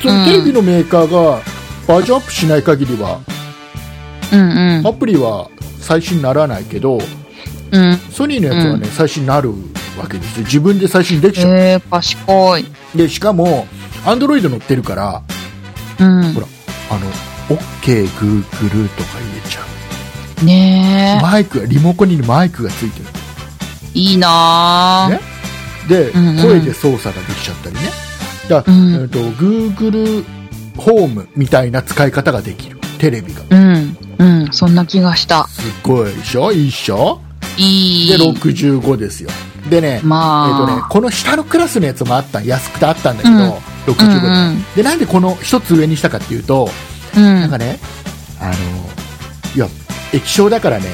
B: その
A: うん
B: テレビのメーカーがバージョンアップしない限りは、
A: うんうん。
B: アプリは最新にならないけど
A: うん。
B: ソニーのやつはね、最新になるわけですよ自分で最新できちゃう、
A: えー、賢い。
B: でしかもアンドロイド乗ってるから
A: うん
B: ほ。らあの OKGoogle とか入れちゃう
A: ね
B: マイクがリモコンにマイクがついてる
A: え。いいな
B: ね
A: ー
B: で、
A: うんうん
B: 声で操作ができちゃったりねだから、
A: うん
B: えっと Google ホームみたいな使い方ができるテレビが
A: うん。うん。そんな気がした。
B: すっごいでしょいいっしょ
A: いい。
B: で65ですよでね、えっとね
A: まあ。、
B: この下のクラスのやつもあった安くてあったんだけど、
A: うん
B: 65で,、
A: うんうん
B: でなんでこの一つ上にしたかっていうと、
A: うん
B: なんかねあのいや液晶だからね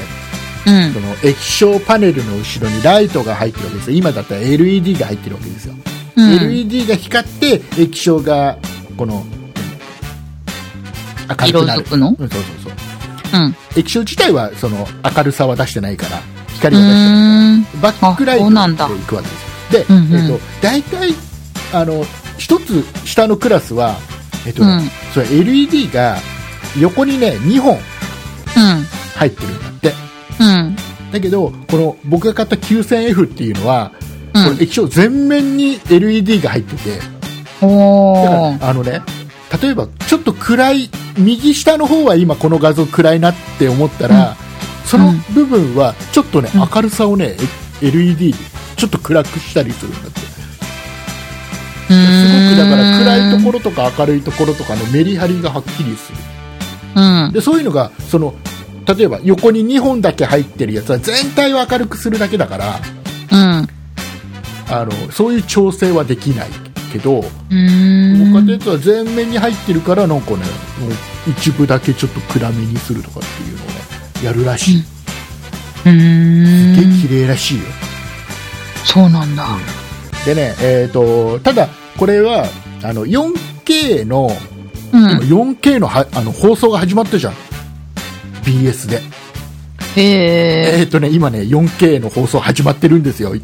A: うん
B: そ。の液晶パネルの後ろにライトが入ってるわけですよ今だったら LED が入ってるわけですよ、
A: うん。
B: LED が光って液晶がこの明るく
A: 色
B: な
A: づ
B: る
A: くの
B: うんそうそうそう
A: うん。
B: 液晶自体はその明るさは出してないから
A: う
B: 光は出してない
A: ーん。
B: バックライ
A: あ
B: ト
A: そうなんだ
B: でいくわけですで、
A: うんうん
B: えっと大体あの一つ下のクラスは、えっとね
A: うん
B: それ LED が横にね2本入ってるんだって
A: うん。
B: だけどこの僕が買った 9000F っていうのは、
A: う
B: こ
A: ん。
B: れ液晶全面に LED が入っててだか
A: おー。
B: らあのね例えばちょっと暗い右下の方は今この画像暗いなって思ったら、その部分はちょっとね、
A: うん
B: 明るさをね LED ちょっと暗くしたりするんだって
A: すご
B: すごくだから暗いところとか明るいところとかのメリハリがはっきりする
A: ろ。うん。
B: でそういうのがその例えば横に2本だけ入ってるやつは全体を明るくするだけだから
A: うん。
B: あのそういう調整はできないけど
A: うーん
B: 他のやつは全面に入ってるからなんかねもう一部だけちょっと暗めにするとかっていうのをねやるらしい、
A: う
B: で
A: ーん。
B: 綺麗らしいよ
A: そうなんだ。
B: でねえっ、とただこれはあの 4K の
A: うん。
B: 4K のはあの放送が始まったじゃん BS で
A: へえ。
B: えーっとね今ね 4K の放送始まってるんですよ普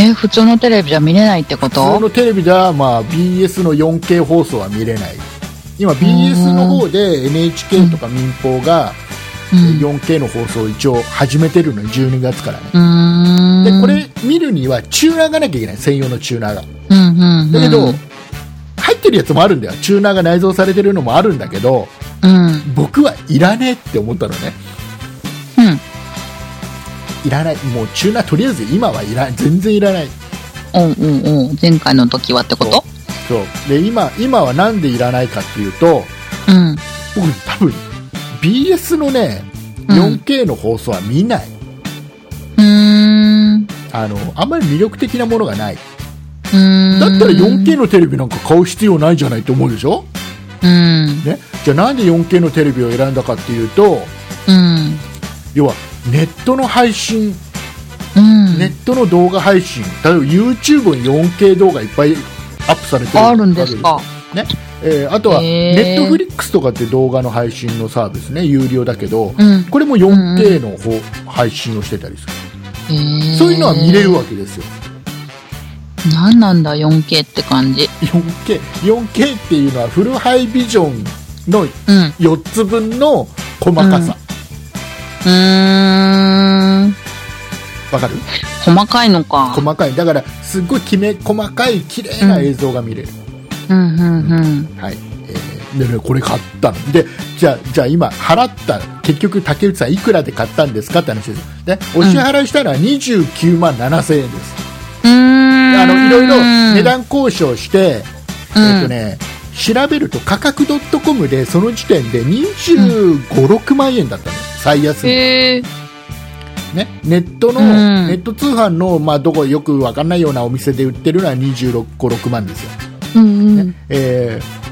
A: え、普通のテレビじゃ見れないってこ
B: 通
A: と
B: のテレビでは、まあ、BS の 4K 放送は見れない今 BS の方で NHK とか民放が
A: う
B: え
A: ん
B: ー 4K の放送を一応始めてるのよ12月からね
A: うーん。
B: でこれ見るにはチューナーがなきゃいけない専用のチューナーが
A: うん、うんうん。
B: だけど、入ってるやつもあるんだよチューナーが内蔵されてるのもあるんだけど
A: うん。
B: 僕はいらねえって思ったのね
A: うん。
B: いらないもうチューナーとりあえず今はいらない全然いらない
A: うんうんうん。前回の時はってこと
B: そうで今今はなんでいらないかっていうと
A: うん。
B: 僕多分 BS のね
A: うん
B: 4K の放送は見ない、
A: うーん。
B: あのあんまり魅力的なものがないだ
A: だ
B: ったら 4K のテレビなんか買う必要ないじゃないと思うでしょ、
A: うん。
B: ね、じゃあなんで 4K のテレビを選んだかっていうと
A: うん。
B: 要はネットの配信、
A: うん。
B: ネットの動画配信例えば YouTube に 4K 動画いっぱいアップされてる
A: あるんですか。
B: えーあとは
A: へー
B: Netflix とかって動画の配信のサービスね有料だけど、
A: うん。
B: これも 4K の方、配信をしてたりする、そういうのは見れるわけですよ
A: なんなんだ 4K って感じ。
B: 4K4K っていうのはフルハイビジョンの
A: うん。う
B: 4つ分の細かさ
A: ーん。
B: わ、かる
A: 細かいのか。
B: 細かいだからすっごいきめ細かい綺麗な映像が見れる、
A: うんうんうん。
B: はいえーでねこれ買ったのでじゃあじゃあ今払った結局竹内さんいくらで買ったんですかって話ですでお支払いしたのは29万7000円です、
A: うーん。
B: あのいろいろ値段交渉して、
A: うん
B: えっとね、調べると価格 .com でその時点で25、6万円だったの最安値、
A: へえ。
B: ね、ネットの、
A: うん
B: ネット通販の、まあ、どこよくわかんないようなお店で売ってるのは26、6万ですよ、
A: うんう
B: ね
A: ん。
B: えー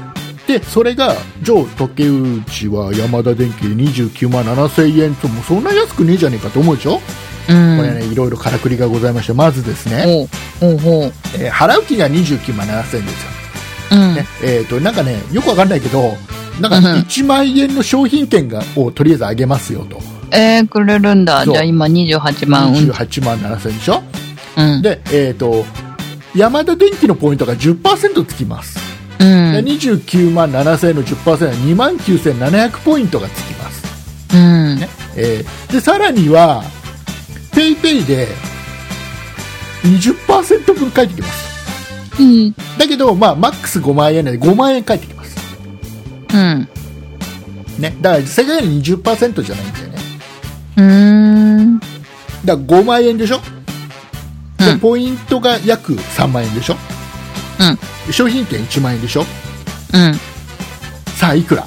B: でそれがじゃあ竹内は山田電機で29万7000円ともうそんな安くねえじゃねえかと思うでしょ、
A: うん。
B: これねいろいろからくりがございましてまずですね、
A: おう。おうおう。
B: えー払う金が29万7000円ですよ
A: うん。
B: ねえー、となんかねよくわかんないけどなんか
A: うんうん
B: 1万円の商品券がをとりあえずあげますよと
A: えー、くれるんだ。
B: そう
A: じゃあ今28万。うん。
B: 28万7000円でしょ
A: うん。
B: で、えー、と山田電機のポイントが10%つきます、
A: うん。
B: で29万7000円の10%は2万9700ポイントがつきます、
A: うん。
B: ねえーでさらには PayPay ペイペイで20%分返ってきます
A: うん。
B: だけど、まあ、マックス5万円なので5万円返ってきます、
A: うん。
B: ね、だから世界に20%じゃないんだよね
A: うーん。
B: だから5万円でしょ、
A: うん
B: でポイントが約3万円でしょ、
A: う
B: 商品券1万円でしょ
A: うん。
B: さあいくら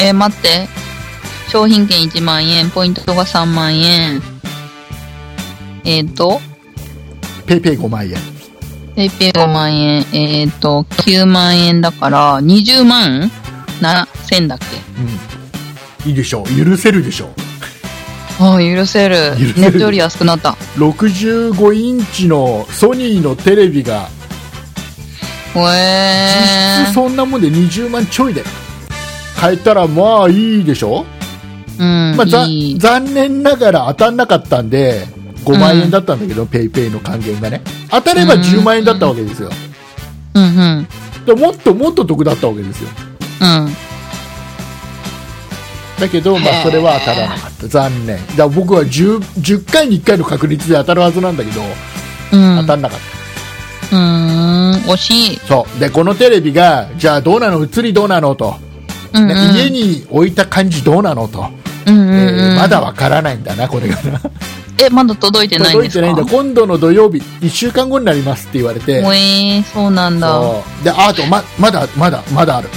A: えー、待って。商品券1万円、ポイントが3万円。えっ、ー、と、
B: ペイペイ5万円
A: ペイペイ5万円、えっ、ー、と、9万円だから、20万7000だっけ
B: いいでしょう許せるでしょう
A: ああ、許せる。
B: 許せる
A: ネットより安くなった。
B: 65インチのソニーのテレビが
A: うえ
B: 実質そんなもんで20万ちょいで変えたらまあいいでしょ、
A: うん。
B: まあ、ざ
A: いい
B: 残念ながら当たんなかったんで5万円だったんだけど、ペイペイの還元がね当たれば10万円だったわけですよ、
A: うんうん。
B: でもっともっと得だったわけですよ
A: うん。
B: だけど、まあ、それは当たらなかった残念だから僕は 10, 10回に1回の確率で当たるはずなんだけど
A: うん。
B: 当たんなかった、
A: うーん、惜しい。
B: そうでこのテレビがじゃあどうなの映りどうなのと、
A: うんうん
B: ね家に置いた感じどうなのと、
A: うんうん
B: え
A: うん
B: ーまだわからないんだなこれが な
A: え、まだ届いてないん
B: 届
A: で
B: いて
A: す
B: ない
A: か
B: んだ今度の土曜日1週間後になりますって言われて
A: もうえー、そうなんだ。
B: そうでああとままだまだまだある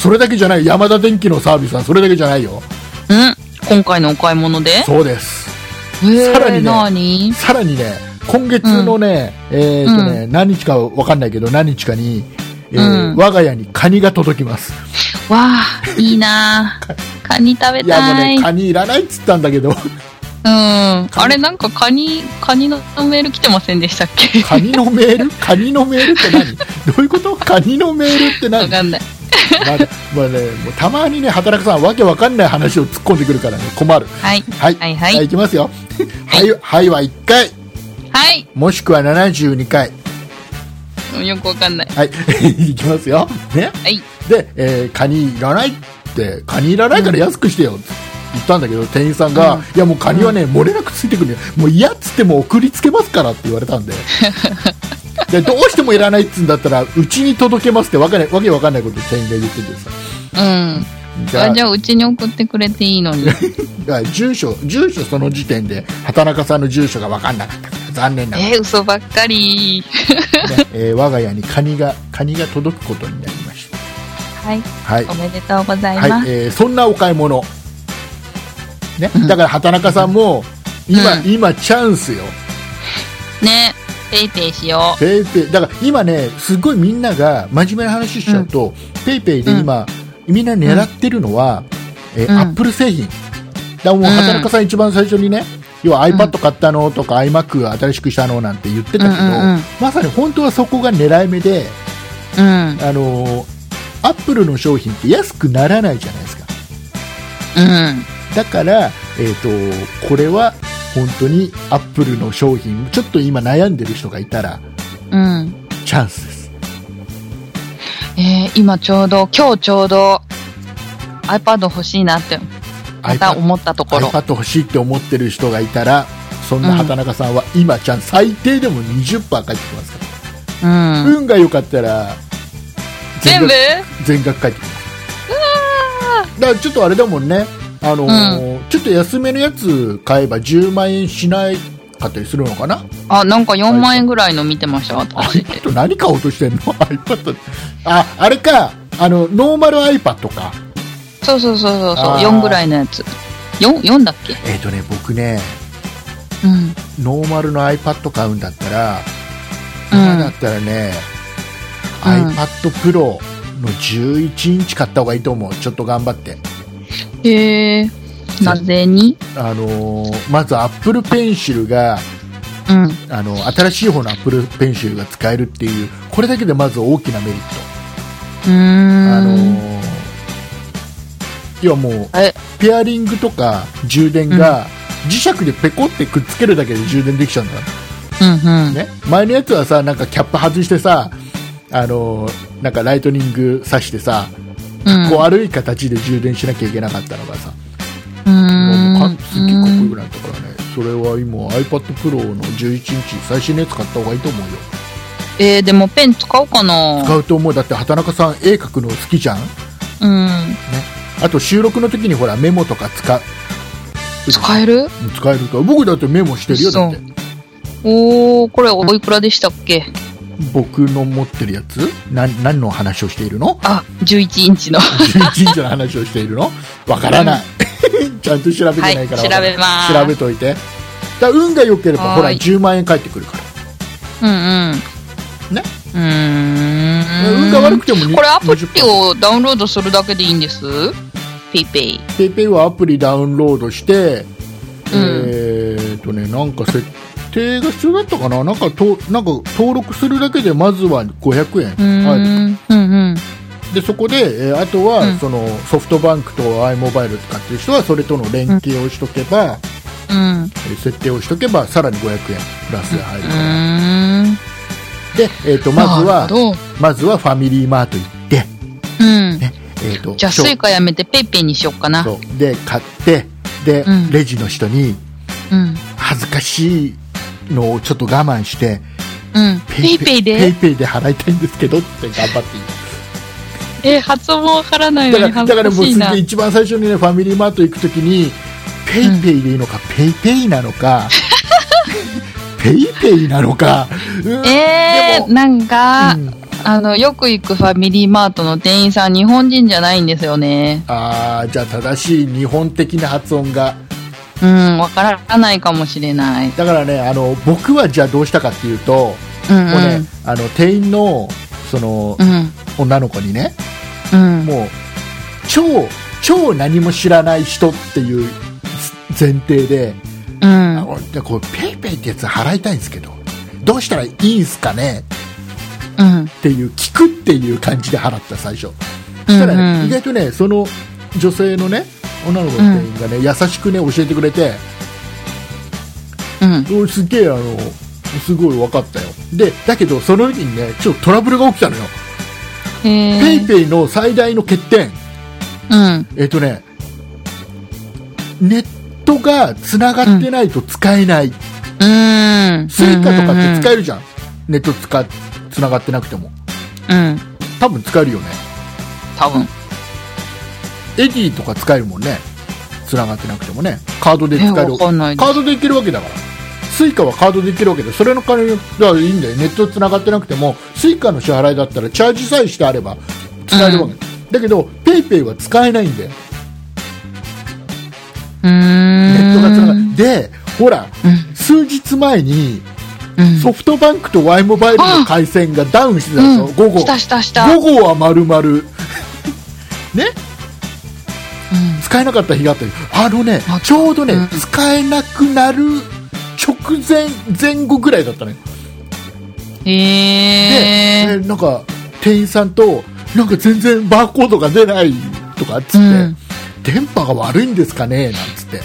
B: それだけじゃない山田電機のサービスはそれだけじゃないよ
A: うん今回のお買い物で
B: そうです
A: え
B: さらにね
A: ー、何
B: さらにね今月のね、えーっとね、何日かわかんないけど何日かに、えー
A: うん
B: 我が家にカニが届きます
A: わあ、いい なあカニ食べ
B: いやもう
A: たい。
B: ねカニいらないっつったんだけど
A: うん。
B: カニ
A: あれ、なんかカニ、カニのメール来てませんでしたっけ
B: カニのメールカニのメールって何どういうことカニのメールって
A: わ
B: 何
A: かんない。
B: まあねまあね、もうたまにね、働くさん、わけわかんない話を突っ込んでくるからね、困る。
A: はい。
B: はい。
A: はいはい
B: いきますよ。はい、はいは1回、
A: はい。
B: もしくは72回。
A: うんよくわかんない。
B: はい。 いきますよ。ね。
A: はい。
B: で、えーカニいらないって、カニいらないから安くしてよって言ったんだけど、店員さんが、
A: うん
B: いやもうカニはね、漏れなくついてくるよ。もう嫌っつっても送りつけますからって言われ たんで。でどうしてもいらないっつうんだったら、うちに届けますってわかんないわけわかんないこと店員が言ってるんですよ
A: うん。
B: じゃあ
A: あじゃあ、うちに送ってくれていいの に。
B: だから住所住所その時点で畑中さんの住所が分かんなかったから残念なが
A: えー、嘘ばっかり。
B: ら、ねえー我が家にカニがカニが届くことになりました
A: はい。
B: はい、
A: おめでとうございま
B: はい
A: す。
B: えーそんなお買い物ね
A: うん
B: だから畑中さんも今、
A: うん
B: 今チャンスよ
A: ね。ペイペイしよ
B: ペイペイだから今ねすごいみんなが真面目な話しちゃうと、ペイペイで今、みんな狙ってるのは、えー
A: うん
B: アップル製品だからもう
A: うん
B: 畑中さん一番最初にね要は iPad 買ったのとか、iMac 新しくしたのなんて言ってたけど、
A: うんうんうん
B: まさに本当はそこが狙い目で
A: う。うん。
B: あのーアップルの商品って安くならないじゃないですか
A: うん。
B: だから、えー、とこれは本当にアップルの商品ちょっと今悩んでる人がいたら
A: うん。
B: チャンスです
A: えー今ちょうど、今日ちょうど iPad 欲しいなって、また
B: iPad
A: 思ったところ。
B: iPad 欲しいって思ってる人がいたらそんな畑中さんは今ちゃん最低でも20%返ってきますか
A: うん
B: ら、。運が良かったら
A: 全部
B: 額全額返ってきますだからちょっとあれだもんねあのーちょっと安めのやつ買えば10万円しないかったりするのかな
A: あ、なんか4万円ぐらいの見てました、私。
B: iPad 何買おうとしてんの iPad ああれかあのノーマル iPad か
A: そうそうそうそうそう、
B: あー
A: 4ぐらいのやつ。4、4だっけ
B: えっ、とね僕ね
A: うん。
B: ノーマルの iPad 買うんだったら、
A: うん
B: 今だったらね、
A: うん
B: iPad Pro の11インチ買った方がいいと思う。ちょっと頑張って。
A: へえー。なぜに
B: あのーまず Apple Pencil が、
A: うん。
B: あの、新しい方の Apple Pencil が使えるっていう、これだけでまず大きなメリット。
A: うーん。
B: あのー要はもう、
A: え、
B: ペアリングとか充電が、磁石でペコってくっつけるだけで充電できちゃうんだ。
A: うんうん。
B: ね、前のやつはさなんかキャップ外してさあのーなんかライトニング挿してさ、
A: うん。
B: こう悪い形で充電しなきゃいけなかったのがさ、
A: うーん。
B: もうかすっげえかっこよくなったからねそれは今 iPad Pro の11インチ最新のやつ買った方がいいと思うよ
A: えー、でもペン使おうかな
B: 使うと思うだって畑中さん絵描くの好きじゃん
A: うん。
B: あと収録の時にほらメモとか使う
A: 使える
B: 使えるから僕だってメモしてるよだって
A: そおー、これおいくらでしたっけ
B: 僕の持ってるやつな何の話をしているの
A: あ、11インチ の。
B: 神社の話をしているのわからないちゃんと調べてないから
A: はい
B: わからない、
A: 調べます
B: 調べといてだ運が良ければ
A: はーい
B: ほら10万円返ってくるから
A: うんうん。
B: ね
A: うーん。
B: 運が悪くてもに
A: これアプリ
B: 20%
A: をダウンロードするだけでいいんですペイペイ。
B: ペイペイはアプリダウンロードして、
A: うん
B: えーっとねなんか設定が必要だったかななんかとなんか登録するだけでまずは500円
A: うーん。
B: 返る
A: うんうん。
B: でそこで、えーあとは、
A: うん
B: そのソフトバンクと i モバイル使ってる人はそれとの連携をしとけば、
A: うん。う
B: えー設定をしとけばさらに500円プラスで入るから、
A: ーん。
B: で、えー、とまず
A: なるほ
B: は
A: ど
B: まずはファミリーマート行って、
A: うん。
B: えー、と
A: じゃあ、
B: ショ
A: スイカやめてペイペイにしよっかな。
B: そうで買ってで、
A: うん
B: レジの人に
A: うん。
B: 恥ずかしいのをちょっと我慢して
A: うん。ペイペイ
B: ペイ
A: で
B: ペイで払いたいんですけどって頑張って言って
A: え、発音もわからない
B: だ
A: の
B: か
A: に
B: ら
A: 恥
B: だ
A: ず
B: から
A: か
B: もう
A: しいな。
B: 一番最初にねファミリーマート行くときにペイペイでいいのか、ペイペイな のかペイペイなのか、うん
A: え
B: で
A: ー、なんか、
B: うん
A: あの、よく行くファミリーマートの店員さん、日本人じゃないんですよね。
B: あーじゃあ正しい日本的な発音が
A: うん、わからないかもしれない。
B: だからねあの僕はじゃあどうしたかっていうと、
A: うん、う
B: もうね
A: ん。
B: あの店員のその
A: う、ん。
B: 女の子にね
A: うん。
B: もう超超何も知らない人っていう前提で
A: うん。
B: あじゃあこうペイペイってやつ払いたいんですけどどうしたらいいんすかね
A: うん。
B: っていう聞くっていう感じで払った最初
A: う
B: そし
A: ん
B: たらね、
A: う
B: 意
A: ん。
B: 外とねその女性のね女の子の店員がね、優しくね教えてくれて
A: うん。
B: おすげえあのすごい分かったよでだけどその時にねちょっとトラブルが起きたのよ、
A: へ
B: ペイ
A: ー
B: ペイの最大の欠点
A: うん。
B: えっ、とねネットが繋がってないと使えない、
A: うん。
B: スイカとかって使えるじゃん、ネット使繋がってなくても
A: うん。うん。
B: 多分使えるよね
A: 多分。
B: エディとか使えるもんね繋がってなくてもねカードで使え
A: え
B: る
A: わかんないです
B: カードでいけるわけだからスイカはカードでいけるわけでそれの金だからいいんだよネット繋がってなくてもスイカの支払いだったらチャージさえしてあれば使えるわけ、だけどペイペイは使えないんだよ
A: うーん。
B: ネットが繋がるでほら
A: うん
B: 数日前に
A: うん。
B: ソフトバンクと Y モバイルの回線がダウンしてたでしょ、
A: うん
B: 午後
A: したしたした。
B: 午
A: うん。
B: 後は丸々ね使えなかった日があったりあのね
A: あ
B: ちょうどね、
A: うん
B: 使えなくなる直前前後ぐらいだったのよで、
A: へ
B: え
A: ー
B: ーなんか店員さんとなんか全然バーコードが出ないとかっつって、
A: うん
B: 電波が悪いんですかねなんつって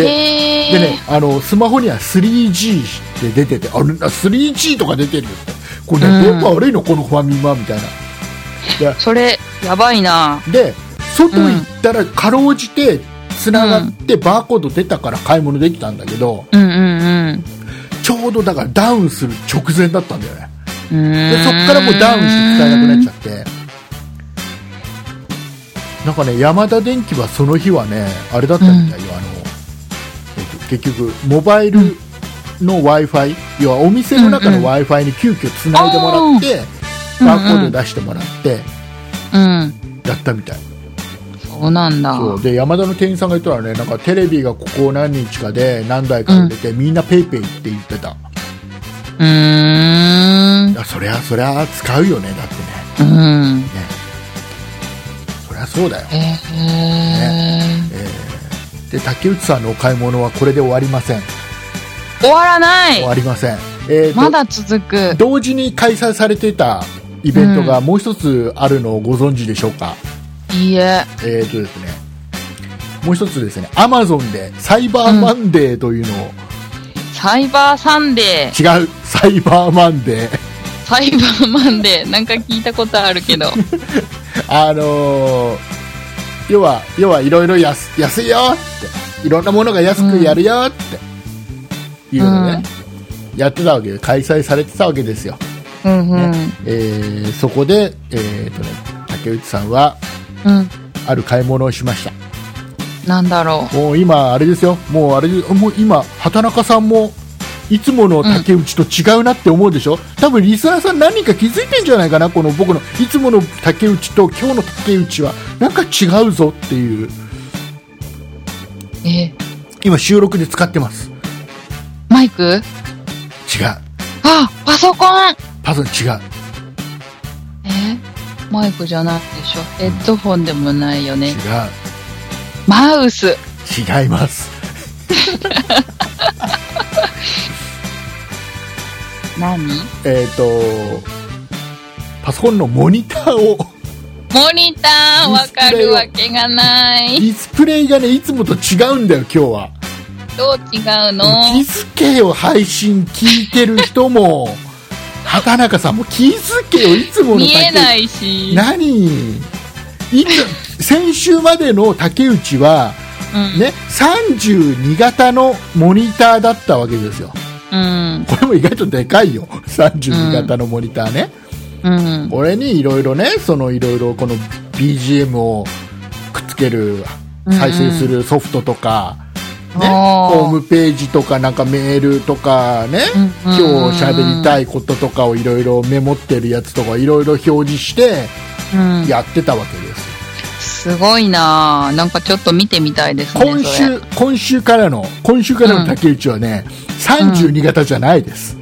B: で
A: へー
B: でねあのスマホには 3G って出ててあれ 3G とか出てるよってこれ、ね
A: うん
B: 電波悪いのこのファミマみたいなで
A: それ、やばいな。
B: で外行ったらかろうじてつながってバーコード出たから買い物できたんだけど、
A: うんうん
B: ちょうどだからダウンする直前だったんだよね
A: うん。
B: でそこからもうダウンして使えなくなっちゃってなんかねヤマダ電機はその日はねあれだったみたいよ、あの、えっと、結局モバイルの w i f i 要はお店の中の
A: うん
B: w i f i に急遽つないでもらって、
A: うん
B: バーコード出してもらって
A: ゃうん。うん。
B: やったみたい
A: そうなんだ。
B: そううで山田の店員さんが言ったらねなんかテレビがここ何日かで何台か売れて、みんなペイペイって言ってた
A: ーん
B: い。やそりゃそりゃ使うよねだってね
A: うん。
B: そりゃそうだよ、
A: へー。
B: えーで竹内さんのお買い物はこれで終わりません
A: 終わらな
B: 終
A: い
B: わりません、えーと
A: まだ続く。
B: 同時に開催されていたイベントがもう一つあるのをご存知でしょうか、
A: いいえ。
B: えーとですねもう一つですねアマゾンでサイバーマンデーというのを、
A: サイバーサンデー。
B: 違うサイバーマンデー
A: サイバーマンデー。なんか聞いたことあるけど。
B: あのー要は、要はいろいろ安安いよって、いろんなものが安くやるよって、いうのね、やってたわけで、開催されてたわけですよ。
A: うんう
B: ね
A: ん。
B: えーそこで、えーとね、竹内さんは、
A: うん。
B: ある買い物をしました。
A: なんだろう。
B: もう今、あれですよ、もうあれで、もう今、畑中さんも、いつもの竹内と違うなって思うでしょ、多分リスナーさん何人か気づいてんじゃないかなこの僕のいつもの竹内と今日の竹内はなんか違うぞっていう
A: え、
B: 今収録で使ってます違う
A: マイクあ、パソコン
B: パソコン違う
A: えマイクじゃないでしょ。ヘッドホンでもないよね。
B: 違
A: マウス。
B: う違います
A: 何
B: えっ、とパソコンのモニターを
A: モニターわかるわけがない。
B: ディスプレイがね、いつもと違うんだよ、今日は。
A: どう違うの
B: 気づけよ、配信聞いてる 人も。畑中さんも気づけよ、いつもの。
A: 見えないいし。
B: 何いつ、先週までの竹内は、
A: うん。
B: ね、32型のモニターだったわけですよ。
A: うん。
B: これも意外とでかいよ。32型のモニターね。
A: うん。
B: 俺にいろいろね、そのいろいろこの BGM をくっつける、再生するソフトとか、ね、
A: あー
B: ホームページとかなんかメールとかね、
A: うん
B: 今日喋りたいこととかをいろいろメモってるやつとかいろいろ表示して
A: うん。
B: やってたわけです。
A: すごいなぁ。なんかちょっと見てみたいですね。そ
B: 今
A: れ
B: 週、今週からの、今週からの竹内はね、32型じゃないです。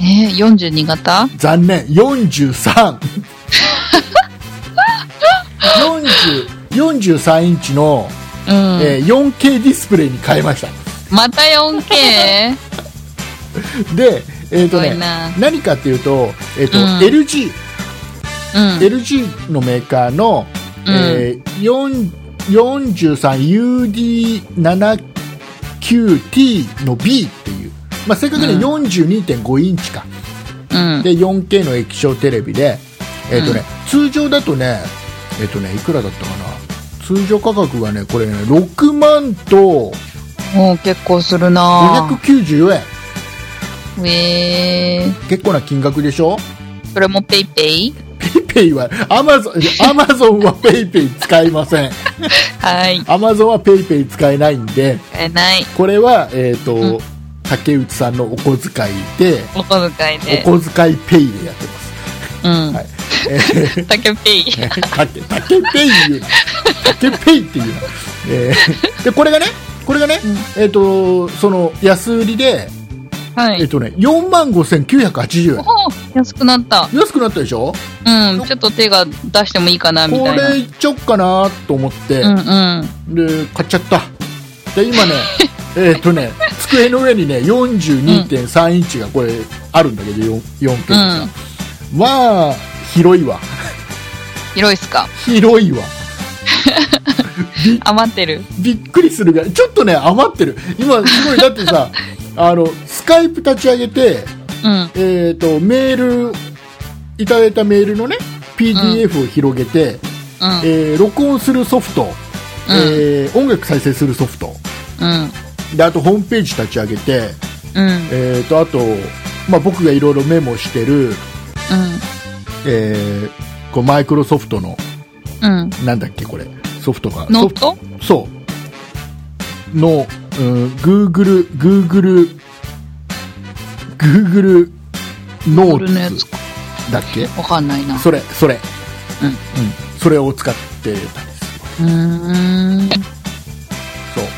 A: えー、42型
B: 残念43 40 43インチの、
A: うん。
B: えー 4K ディスプレイに変えました
A: また 4K?
B: で、えー と
A: すご
B: ね
A: いな、
B: 何かっていうと,、えーと
A: うん
B: LG,
A: うん。
B: LG のメーカーの、
A: うん
B: えー4 43UD79T の B っていう、まあ、正確には42.5インチか、
A: うん。
B: で 4K の液晶テレビで、えーとね通常だとね,、えーとねいくらだったかな通常価格がねこれね6万と
A: もう結構するなぁ。
B: 594円
A: えー。
B: 結構な金額でしょ
A: それもペイペイ
B: ペイペイはアマゾンアマゾンはペイペイ使いません
A: はい。
B: アマゾンはペイペイ使えないんで
A: えない。
B: これは、えーと
A: うん
B: 竹内さんのお小遣いで
A: お小遣いで。
B: お小遣いペイでやってます
A: うん
B: はい。えー
A: 竹ペイ。
B: 竹竹ペイ言うな竹ペイって言うな、えーでこれがねこれがね、えっ、とその安売りで、
A: は
B: えっ、
A: い。
B: とね4万5980円
A: おー安くなった。
B: 安くなったでしょ
A: うん。ちょっと手が出してもいいかな、み
B: こ
A: たいな。
B: れいっちゃおっかなと思って、
A: うんうん。
B: で買っちゃったで 今ねえっとね机の上にね42.3インチがこれあるんだけど 4K でさ、まあ広いわ
A: 広いっすか
B: 広いわ
A: 余ってる。
B: びっくりするぐらいちょっとね余ってる今すごいだって さあのスカイプ立ち上げて、
A: うん。
B: えー、とメールいただいたメールのね PDF を広げて、
A: うん。
B: えー録音するソフト、えー音楽再生するソフト
A: うん。
B: であとホームページ立ち上げて、
A: うん。
B: えー、とあと、まあ、僕がいろいろメモしてる、えーこうマイクロソフトの
A: うん。うん。
B: なんだっけこれソフトが
A: ノート
B: ソフそうの、うん、Google Google Google ノ
A: Google のや
B: ー
A: つ
B: ツだっけ
A: わかんないな。
B: それそれ、
A: うん
B: それを使ってたりする
A: うーん。
B: そう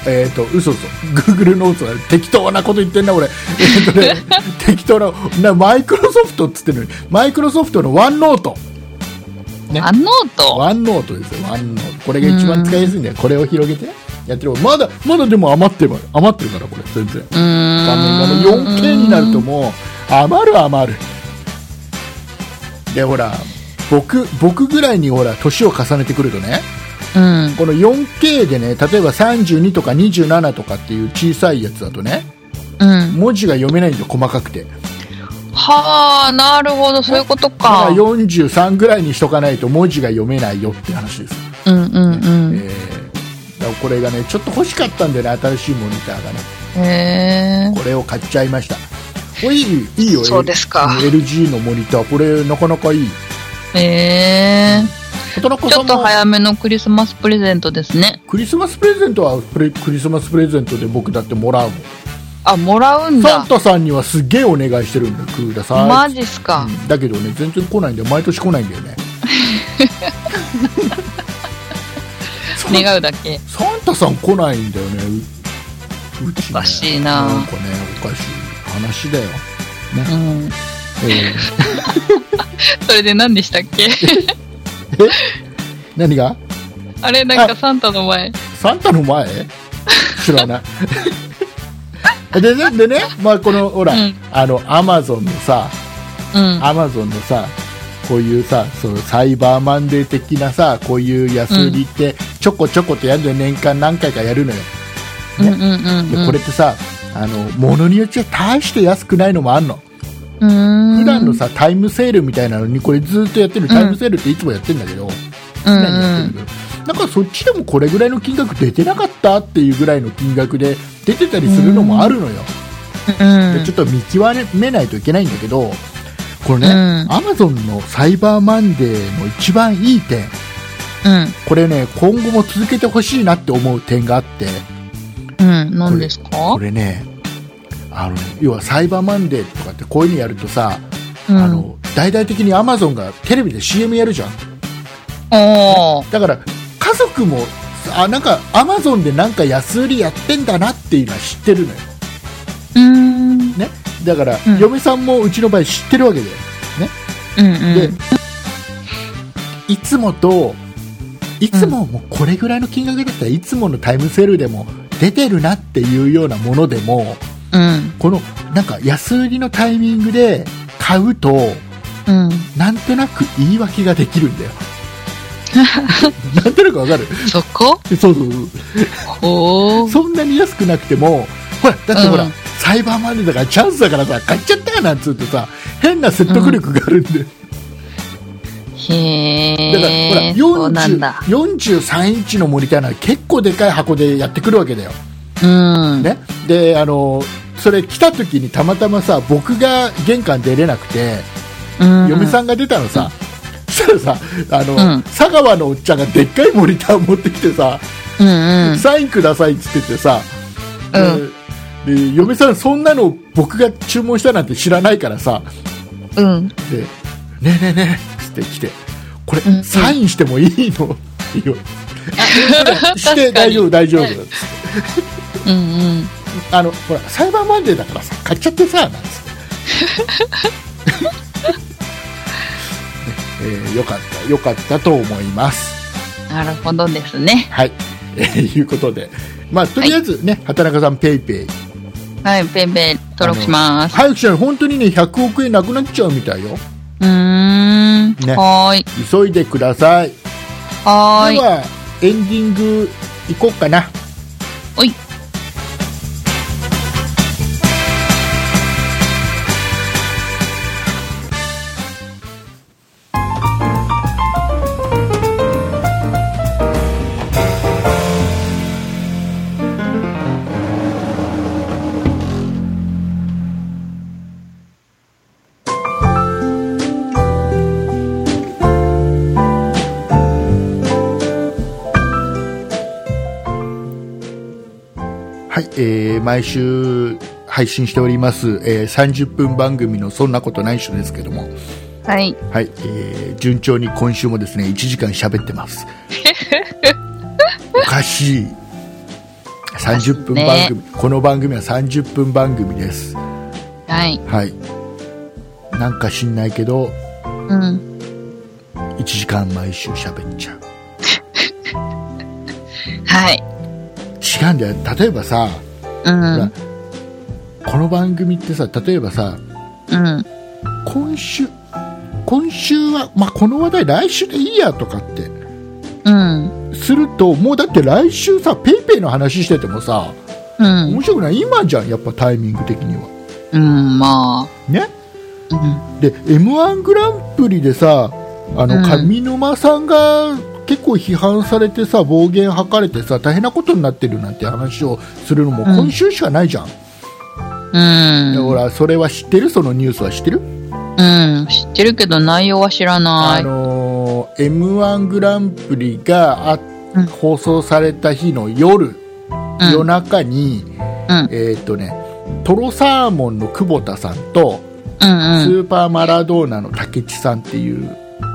B: えっ、ー、と嘘嘘 Google ノーツは適当なこと言ってんな俺、えー とね、適当ななマイクロソフトっつってるのにマイクロソフトのワンノートね
A: あ、ノート
B: ワンノートですよ、ワンノート。これが一番使いやすいんだよ。これを広げて、やってる。まだ、まだでも余ってる、余ってるから、これ、全然。
A: うーん。
B: 画面がね 4K になるともう、余る余る。で、ほら、僕、僕ぐらいにほら、年を重ねてくるとね、
A: うん。
B: この 4K でね、例えば32とか27とかっていう小さいやつだとね、
A: うん。
B: 文字が読めないんだよ、細かくて。
A: はあ、なるほど、そういうこと
B: だから
A: か。
B: 43ぐらいにしとかないと文字が読めないよって話です。
A: うんうんうん。
B: えーだからこれがねちょっと欲しかったんだよね新しいモニターがね
A: へえ。
B: これを買っちゃいましたこれいいいいよ
A: そうですか
B: LG のモニターこれなかなかいい
A: へえ。
B: 畑中
A: ち
B: さ
A: ょ
B: ん
A: っと
B: も
A: 早めのクリスマスプレゼントですね。
B: クリスマスプレゼントはプレクリスマスプレゼントで僕だってもらうもん
A: あ、もらうん
B: サ
A: だ
B: ン。タさんにはすげえお願いしてるんだよください
A: マジっすか。
B: うんだけどね全然来ないんだよ毎年来ないんだよ ねそう
A: 願うだけ。
B: サンタさん来ないんだよね。ううちね
A: おかしいな
B: なんかね、おかしい話だよ。
A: うん。
B: え
A: それで何でしたっ け
B: ーえ 何が
A: あれ、なんかサンタの前。
B: サンタの前知らない。 でね、でね、まあこの、ほら、
A: うん
B: あの、アマゾンのさ、
A: うん。
B: アマゾンのさ、こういうさそのサイバーマンデー的なさこういう安売りってちょこちょことやるのよ年間何回かやるのよ
A: うんうん
B: で
A: うん。
B: これってさあの物によっちゃ大して安くないのもあんの
A: うーん、普
B: 普段のさタイムセールみたいなのにこれずっとやってるタイムセールっていつもやってんだけど、
A: うん
B: 常にやってるけどなんかそっちでもこれぐらいの金額出てなかったっていうぐらいの金額で出てたりするのもあるのよ、
A: うん、
B: でちょっと見極めないといけないんだけどこれね、
A: うん
B: Amazon のサイバーマンデーの一番いい点
A: う
B: これね今後も続けてほしいなって思う点があって
A: ん、うん、何ですか
B: これねあの要はサイバーマンデーとかってこういうのやるとさ、
A: うん、
B: あの大々的に Amazon がテレビで CM やるじゃん
A: おー
B: だから家族もあなんか Amazon でなんか安売りやってんだなっていうのは知ってるのよ
A: うーん、うん、
B: ねだから、
A: うん
B: 嫁さんもうちの場合知ってるわけだよで
A: う
B: いつもといつももうこれぐらいの金額だったらいつものタイムセールでも出てるなっていうようなものでも
A: ん、
B: このなんか安売りのタイミングで買うと
A: うん、
B: なんとなく言い訳ができ るんだよなんとなくわかる
A: そこ
B: そうそうそう
A: ほー。
B: そんなに安くなくてもほらだってほら、
A: うん
B: サイバーマネーだからチャンスだからさ買っちゃったよなんつうとさ変な説得力があるんで、
A: へ
B: だから
A: ー。
B: ほ
A: そうな
B: ら
A: ん
B: 40
A: だ。
B: 43インチのモニターなら結構でかい箱でやってくるわけだよ、
A: うん。
B: ね、であのそれ来た時にたまたまさ僕が玄関出れなくて、
A: うん、
B: 嫁さんが出たのさ、そしたらさあの、
A: うん
B: 佐川のおっちゃんがでっかいモニター持ってきてさ、
A: うんうん。
B: サインくださいっつっててさ、
A: う
B: で
A: ん
B: で嫁さんそんなの僕が注文したなんて知らないからさ
A: うん。
B: で「ねえねえねえ」っつって来て「これ、
A: うんうん
B: サインしてもいいの?」って言う「 して大丈夫大丈夫」っつって
A: うんうん。
B: あのほらサイバーマンデーだからさ買っちゃってさ」なんつって ねえーよかったよかったと思います
A: なるほどですね。
B: はい、えーいうことで、まあ、とりあえずね、畑中さん、ペイペイ
A: はい、ペンペン登録します。
B: 早くしない本当にね、100億円なくなっちゃうみたいよ。
A: うーん。
B: ね
A: はーい。
B: 急いでください。
A: はーい
B: で。は、エンディング行こうかな。
A: おい。
B: はい、えー毎週配信しております、えー30分番組のそんなことないっしょですけども、
A: はい。
B: はい、えー順調に今週もですね、1時間喋って ます。おかしい。30分番組、この番組は30分番組です。
A: はい。
B: はい。なんか知んないけど、
A: うん。
B: 1時間毎週喋っちゃう。
A: はい。
B: 違うんだよ。例えばさ、
A: うん。
B: この番組ってさ、例えばさ、
A: うん。
B: 今週、今週は、まあ、この話題来週でいいやとかって、
A: うん。
B: すると、もうだって来週さ、ペイペイの話しててもさ、
A: うん。
B: 面白くない今じゃん、やっぱタイミング的には。
A: うん、ま
B: ね
A: あ。うん。
B: で、M1 グランプリでさ、あ
A: う
B: の、
A: ん
B: 上沼さんが結構批判されてさ、暴言吐かれてさ、大変なことになってるなんて話をするのも
A: うん
B: 今週しかないじゃん。
A: うん。
B: でほら、それは知ってるそのニュースは知ってる
A: うん、知ってるけど内容は知らな
B: あ
A: い。
B: のー m 1グランプリがあ、
A: うん
B: 放送された日の夜、
A: うん
B: 夜中に、
A: うん
B: えーっ、とねトロサーモンの久保田さんと、
A: うん
B: ス
A: うん。
B: ーパーマラドーナの竹地さんっていう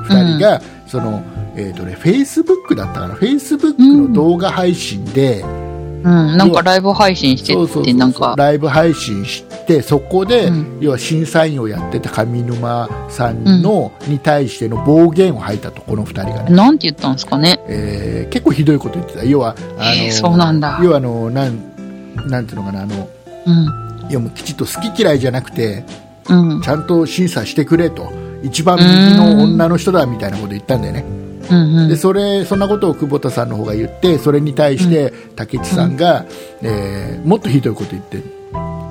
B: 2人が、そのえーっ、とねフェイスブックだったかなフェイスブックの動画配信で、
A: うん、なんかライブ配信して
B: そうそう
A: っ
B: そ
A: て、
B: う
A: なんか。
B: ライブ配信してそこで、
A: うん
B: 要は審査員をやってた上沼さんの、に対しての暴言を吐いたとこの2人がね。
A: なんて言ったんですかね。
B: えー結構ひどいこと言ってた要はあ
A: へーそうなんだ
B: 要はあのなんなんていうのかなあの
A: うん。
B: いやもうきちっと好き嫌いじゃなくて
A: うん。
B: ちゃんと審査してくれと一番右の女の人だみたいなこと言ったんだよ
A: う
B: ね。
A: んう
B: で
A: ん。
B: それそんなことを久保田さんの方が言ってそれに対して竹内さんが、えーもっとひどいこと言ってる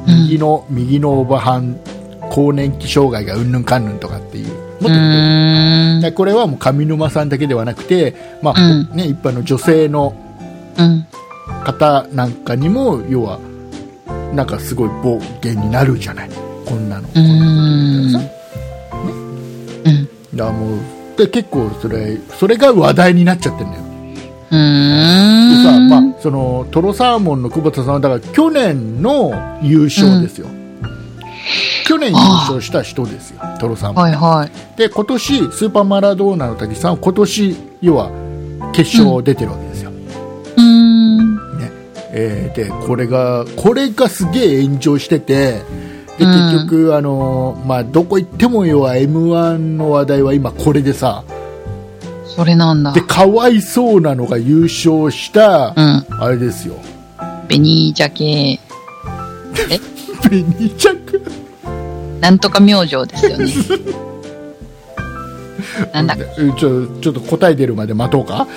B: 右の右のおばはん更年期障害がうんぬんかんぬんとかっていうもっとひどいこと言ってる
A: うーん。
B: でこれはもう上沼さんだけではなくて、まあ
A: うん
B: ね、一般の女性の
A: うん。
B: 方なんかにも要はなんかすごい暴言になるじゃないこんなの。
A: うーん。うん。
B: だからもうで結構それそれが話題になっちゃってるんだよ。
A: うー
B: で
A: ん。
B: さ、まあ、そのトロサーモンの久保田さんはだから去年の優勝ですよ、去年優勝した人ですよトロサーモン、
A: はいはい。
B: で今年スーパーマラドーナの滝さんは今年要は決勝出てるわけですよ、
A: うーん。
B: ねえーでこれがこれがすげえ炎上しててで
A: うん
B: 結局、あのーまあ、どこ行っても要は m 1の話題は今これでさ
A: それなんだ
B: で。かわいそうなのが優勝した、
A: うん。
B: あれですよ
A: 紅鮭、
B: ベニチャク
A: なんとか明星ですよね。なんだ
B: うんちょちょっと答え出るまで待とうか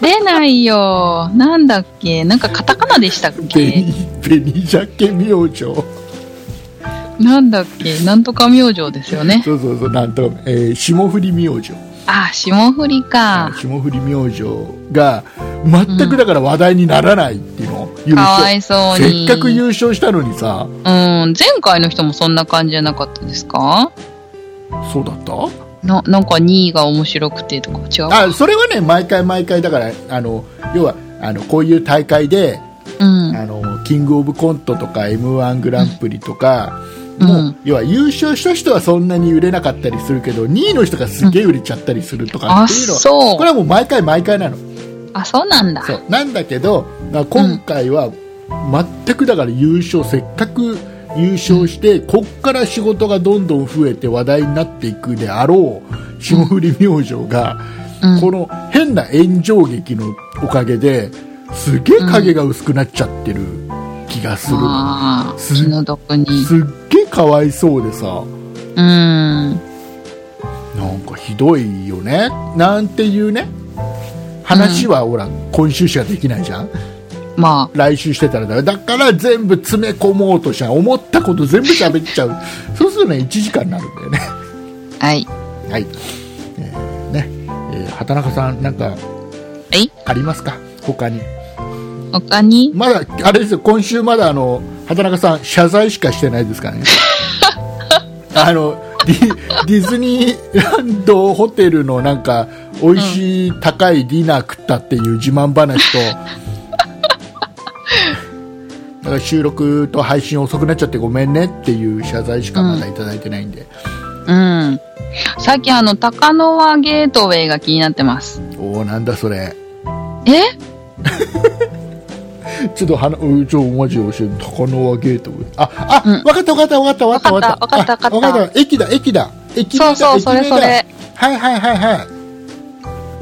A: 出ないよ。なんだっけなんかカタカナでしたっけ
B: 紅紅ジャケ明星
A: なんだっけなんとか明星ですよね。
B: そうそうそうなんとか、えー霜降り明星
A: あ、霜降りか。
B: 霜降り明星が全くだから話題にならないっていうの、優
A: かわ
B: 勝
A: いそう
B: せ
A: に。
B: っかく優勝したのにさ
A: うん、前回の人もそんな感じじゃなかったですか
B: そうだった
A: な、なんか2位が面白くてとか違う。
B: あそれはね毎回毎回だからあの要はあのこういう大会で、
A: うん。
B: あのキングオブコントとか m 1グランプリとか、
A: うん
B: も
A: う
B: うん要は優勝した人はそんなに売れなかったりするけど2位の人がすげえ売れちゃったりするとか
A: あ、
B: っていうのは、
A: そ
B: こ
A: う
B: れ。はもう毎回毎回なの
A: あ、そうなんだ。
B: そうなんだけどな今回は全くだから優勝、せっかく優勝してこっから仕事がどんどん増えて話題になっていくであろう霜降り明星が、
A: うん
B: この変な炎上劇のおかげですげえ影が薄くなっちゃってる気がする、
A: ああ、
B: す
A: 気の毒に。
B: すっげえかわいそうでさ
A: うん。
B: なんかひどいよねなんていうね話はほら、今週しかできないじゃん
A: ま
B: 来週してたらだだから全部詰め込もうとした思ったこと全部喋っちゃうそうするとね1時間になるんだよね
A: あ、はい。
B: はいえーね、えー畑中さんなんか
A: はい
B: ありますか他に
A: 他に
B: まだあれですよ今週まだあの畑中さん謝罪しかしてないですからね あのディディズニーランドホテルのなんか美味しい高いディナー食ったっていう自慢話と、 だから収録と配信遅くなっちゃってごめんねっていう謝罪しかまだいただいてないんで、
A: うん。最近あの、高輪ゲートウェイが気になってます。
B: おおなんだそれ
A: え
B: ちょっとはなうんちょマジで教えて高輪ゲートウェイああ、
A: うん
B: 分かった分かった分かった分かった
A: わかったわかった
B: あ
A: わかった
B: わ駅だ駅だ駅
A: そうそう、
B: 駅
A: それ
B: 名だ
A: それ。
B: はいはいはいは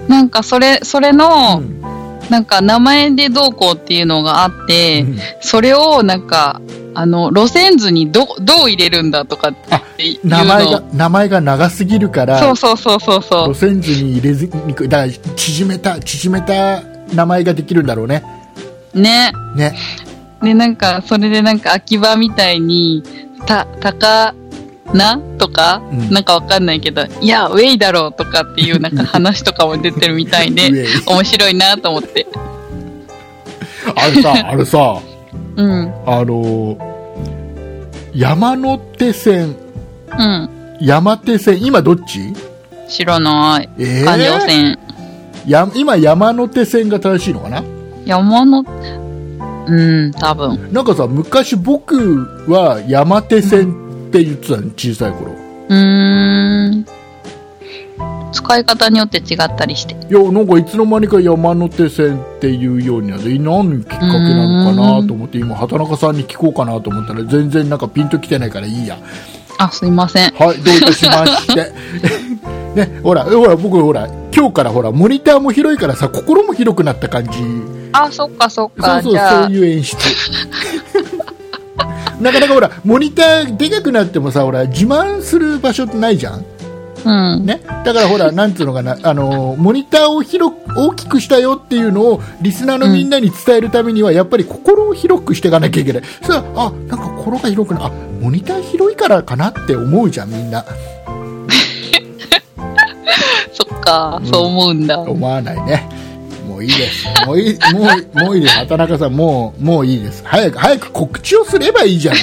B: い、
A: なんかそれ、それの、
B: うん
A: なんか名前でどうこうっていうのがあって、
B: うん
A: それをなんか、あの、路線図にど、どう入れるんだとかっていうの
B: 名前が名前が長すぎるから
A: そうそうそうそうそう。
B: 路線図に入れずにくいだから縮めた縮めた名前ができるんだろうね
A: ね。
B: ね
A: で、なんか、それでなんか秋葉みたいに、た、たか、なとか、
B: うん
A: なんかわかんないけど、いや、ウェイだろうとかっていうなんか話とかも出てるみたい
B: ウェイ
A: で、面白いなと思って。
B: あ れさあれさ
A: うん。
B: あの山手線
A: うん。
B: 山手線今どっち
A: 知らない。
B: えー
A: 環状線。
B: や今山手線が正しいのかな
A: 山の、うん、多分。
B: なんかさ昔僕は山手線って言ってたの小さい頃
A: うーん。使い方によって違ったりして。
B: いやなんかいつの間にか山手線っていうようになって何きっかけなのかなと思って今畑中さんに聞こうかなと思ったら全然なんかピンときてないからいいや
A: あ、すいません。
B: はいどういたしまして ねほらほら僕ほら今日からほらモニターも広いからさ心も広くなった感じ
A: あ、そっかそっ
B: そ
A: か。
B: うそう
A: じゃ
B: そ
A: あ
B: う、いう演出 なかなかほら、モニターでかくなってもさ、ほら、自慢する場所ってないじゃん。
C: うん。
B: ね。だからほら、なんつうのかな、あの、モニターを広く、大きくしたよっていうのを、リスナーのみんなに伝えるためには、やっぱり心を広くしていかなきゃいけない。それは、あ、なんか心が広くな、あ、モニター広いからかなって思うじゃん、みんな。
A: そっか、
B: うん
A: そう思うんだ。
B: 思わないね。もういいです。もういい、もう、もういいです。畑中さん、もう、もういいです。早く、早く告知をすればいいじゃない。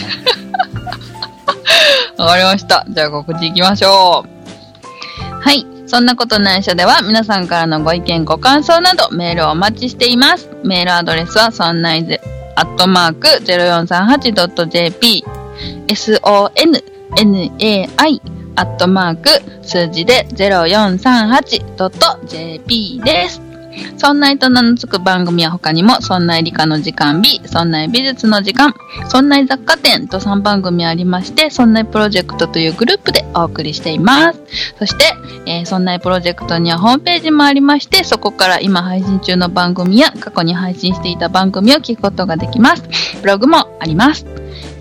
A: わかりました。じゃあ告知行きましょう。はい。そんなことないしょでは、皆さんからのご意見、ご感想など、メールをお待ちしています。メールアドレスは、そんないぜ、アットマーク、0438.jp、sonnai、アットマーク、数字で 0438.jp です。そんないと名の付く番組は他にも、そんない理科の時間 B、そんない美術の時間、そんない雑貨店と3番組ありまして、そんないプロジェクトというグループでお送りしています。そして、えーそんないプロジェクトにはホームページもありまして、そこから今配信中の番組や過去に配信していた番組を聞くことができます。ブログもあります。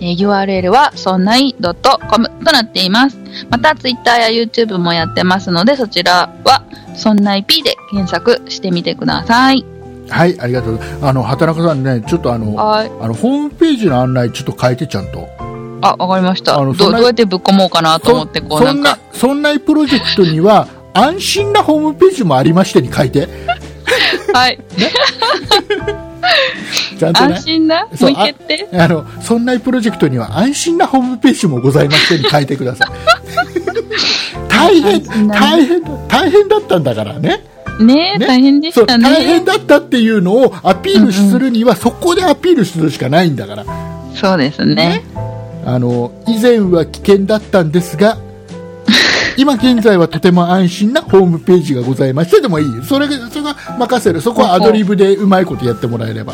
A: えー URL はそんない .com となっています。また、Twitter や YouTube もやってますので、そちらはそんない P で検索してみてください。
B: はい、ありがとうございます。あの、畑中さんね、ちょっとあの、
A: はい。
B: あの、ホームページの案内ちょっと変えてちゃんと。
A: あ、わかりました。
B: あ
A: ど
B: の
A: う
B: そ
A: ど
B: ん
A: う
B: な
A: やってぶっ込もうかなと思って、こう
B: そ
A: なんん
B: な
A: か。、
B: そんなプロジェクトには、安心なホームページもありましてに書いて。
A: はい。
B: ちゃんとね
A: 安。心な
B: そ
A: も
B: う
A: ういけって。
B: あの、そんなプロジェクトには安心なホームページもございましてに書いてく ださい。大
A: 安
B: 変、
A: 心な
B: 大変だ、大変だったんだからね。
A: ねえ、
B: ね
A: 大変で
B: そ
A: し
B: う、
A: た
B: 大変
A: ね。
B: だったっていうのをアピールするには、そこでアピールするしかないんだから。
A: そうですね。
B: あの以前は危険だったんで すが今現在はとても安心なホームページがございましてでもいいそれそれが任せるそこはアドリブでうまいことやってもらえれば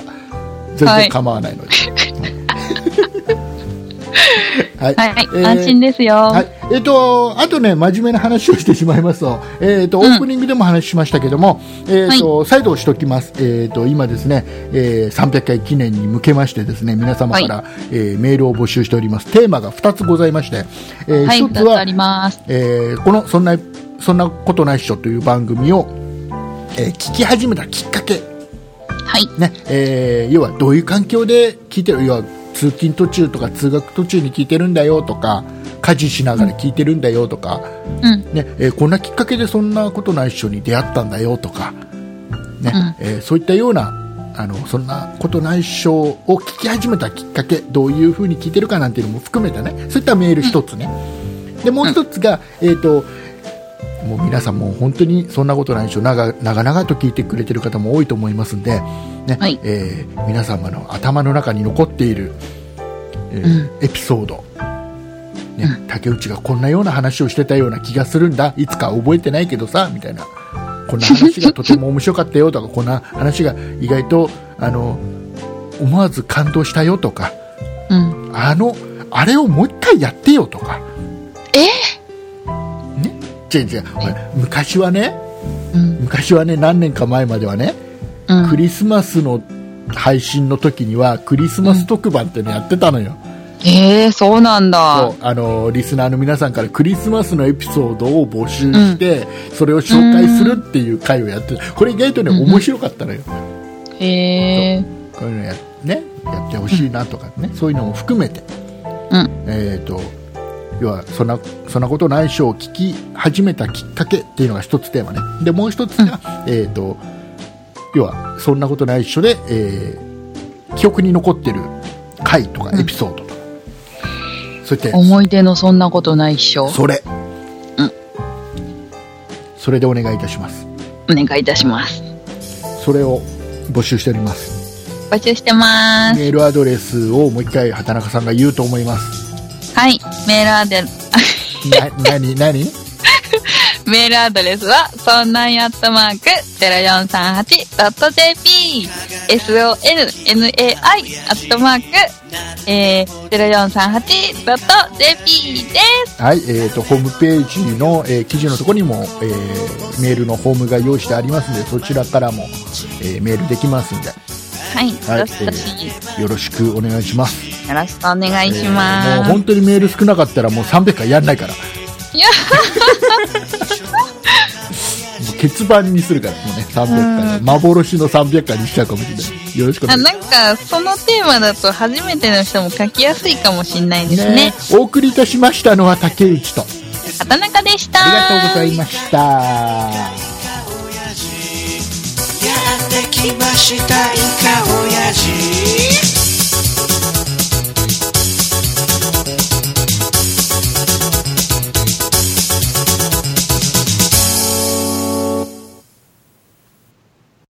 B: 全
A: は
B: 然
A: い
B: 構 わないので、はい
A: はい、
B: えー
A: 安心ですよ。は。
B: はいい、えっ、と、あとね、真面目な話をしてしまいますと、えっ、と、オープニングでも話しましたけども、えっ、と、再度しときます。えっ、と、今ですね、えー300回記念に向けましてですね、皆様から、えーメールを募集しております。テーマが2つございまして、えー
A: はい、
B: 1つ
A: 2つあ
B: は
A: り、ます。
B: えーこの、そんな、そんなことないっしょという番組を、えー聞き始めたきっかけ
A: はい。
B: ねえー要はどういう環境で聞いてる要は通勤途中とか通学途中に聞いてるんだよとか家事しながら聞いてるんだよとか、
A: うん。
B: ねえーこんなきっかけでそんなことない人に出会ったんだよとか、ねえーそういったようなあのそんなことない人を聞き始めたきっかけどういうふうに聞いてるかなんていうのも含めたねそういったメール一つね、でもう一つが、えー、ともう皆さんもう本当にそんなことないでしょ長長々と聞いてくれてる方も多いと思いますんで、ね
A: はい
B: えー皆様の頭の中に残っている、えーエピソード、ね竹内がこんなような話をしてたような気がするんだいつか覚えてないけどさみたいなこんな話がとても面白かったよ とかこんな話が意外とあの思わず感動したよとか
A: うん。
B: あのあれをもう一回やってよとか
A: え
B: ね違う違うほら昔はね
A: うん。
B: 昔はね何年か前まではね
A: うん
B: クリスマスの配信の時にはクリスマス特番っていうのやってたのよ、
A: えー、そうなんだ
B: そ。うあのリスナーの皆さんからクリスマスのエピソードを募集して、それを紹介するっていう回をやってたこれ意外とね
A: うんうん
B: 面白かったのよ、
A: へえー。
B: こういうのや,、ね、やってほしいなとかね、そういうのも含めて、
A: うん。
B: えー、と要はそんなそんなことないっしょを聞き始めたきっかけっていうのが一つテーマねでもう一つが、えー、と要はそんなことないっしょで、えー記憶に残ってる回とかエピソードとか、そういったやつ
A: 思い出のそんなことないっしょ。
B: それ、
A: うん
B: それでお願いいたします
A: お願いいたします。
B: それを募集しております
A: 募集してます。
B: メールアドレスをもう一回畑中さんが言うと思います
A: はい。メールアドレス、
B: な何何
A: メールアドレスは、そんないアットマーク 0438.jp、sonnai アットマーク、えー、0438.jp です。
B: はい、えー、とホームページの、えー記事のところにも、えーメールのフォームが用意してありますのでそちらからも、えーメールできますんで、
A: はい。
B: はい
A: どしどし
B: えーよろしくお願いします
A: よろしくお願いします。
B: もう本当にメール少なかったらもう300回やんないから。も
A: いや
B: う欠番にするから、もうね、300回。幻の300回にしちゃうかもしれない。よろしくお
A: あ
B: 願いしま。
A: なんか、そのテーマだと初めての人も書きやすいかもしれないですすね。
B: お送りいたしましたのは竹内と。
A: 畑中でした。
B: ありがとうございました。
D: やってきましたイカオヤジ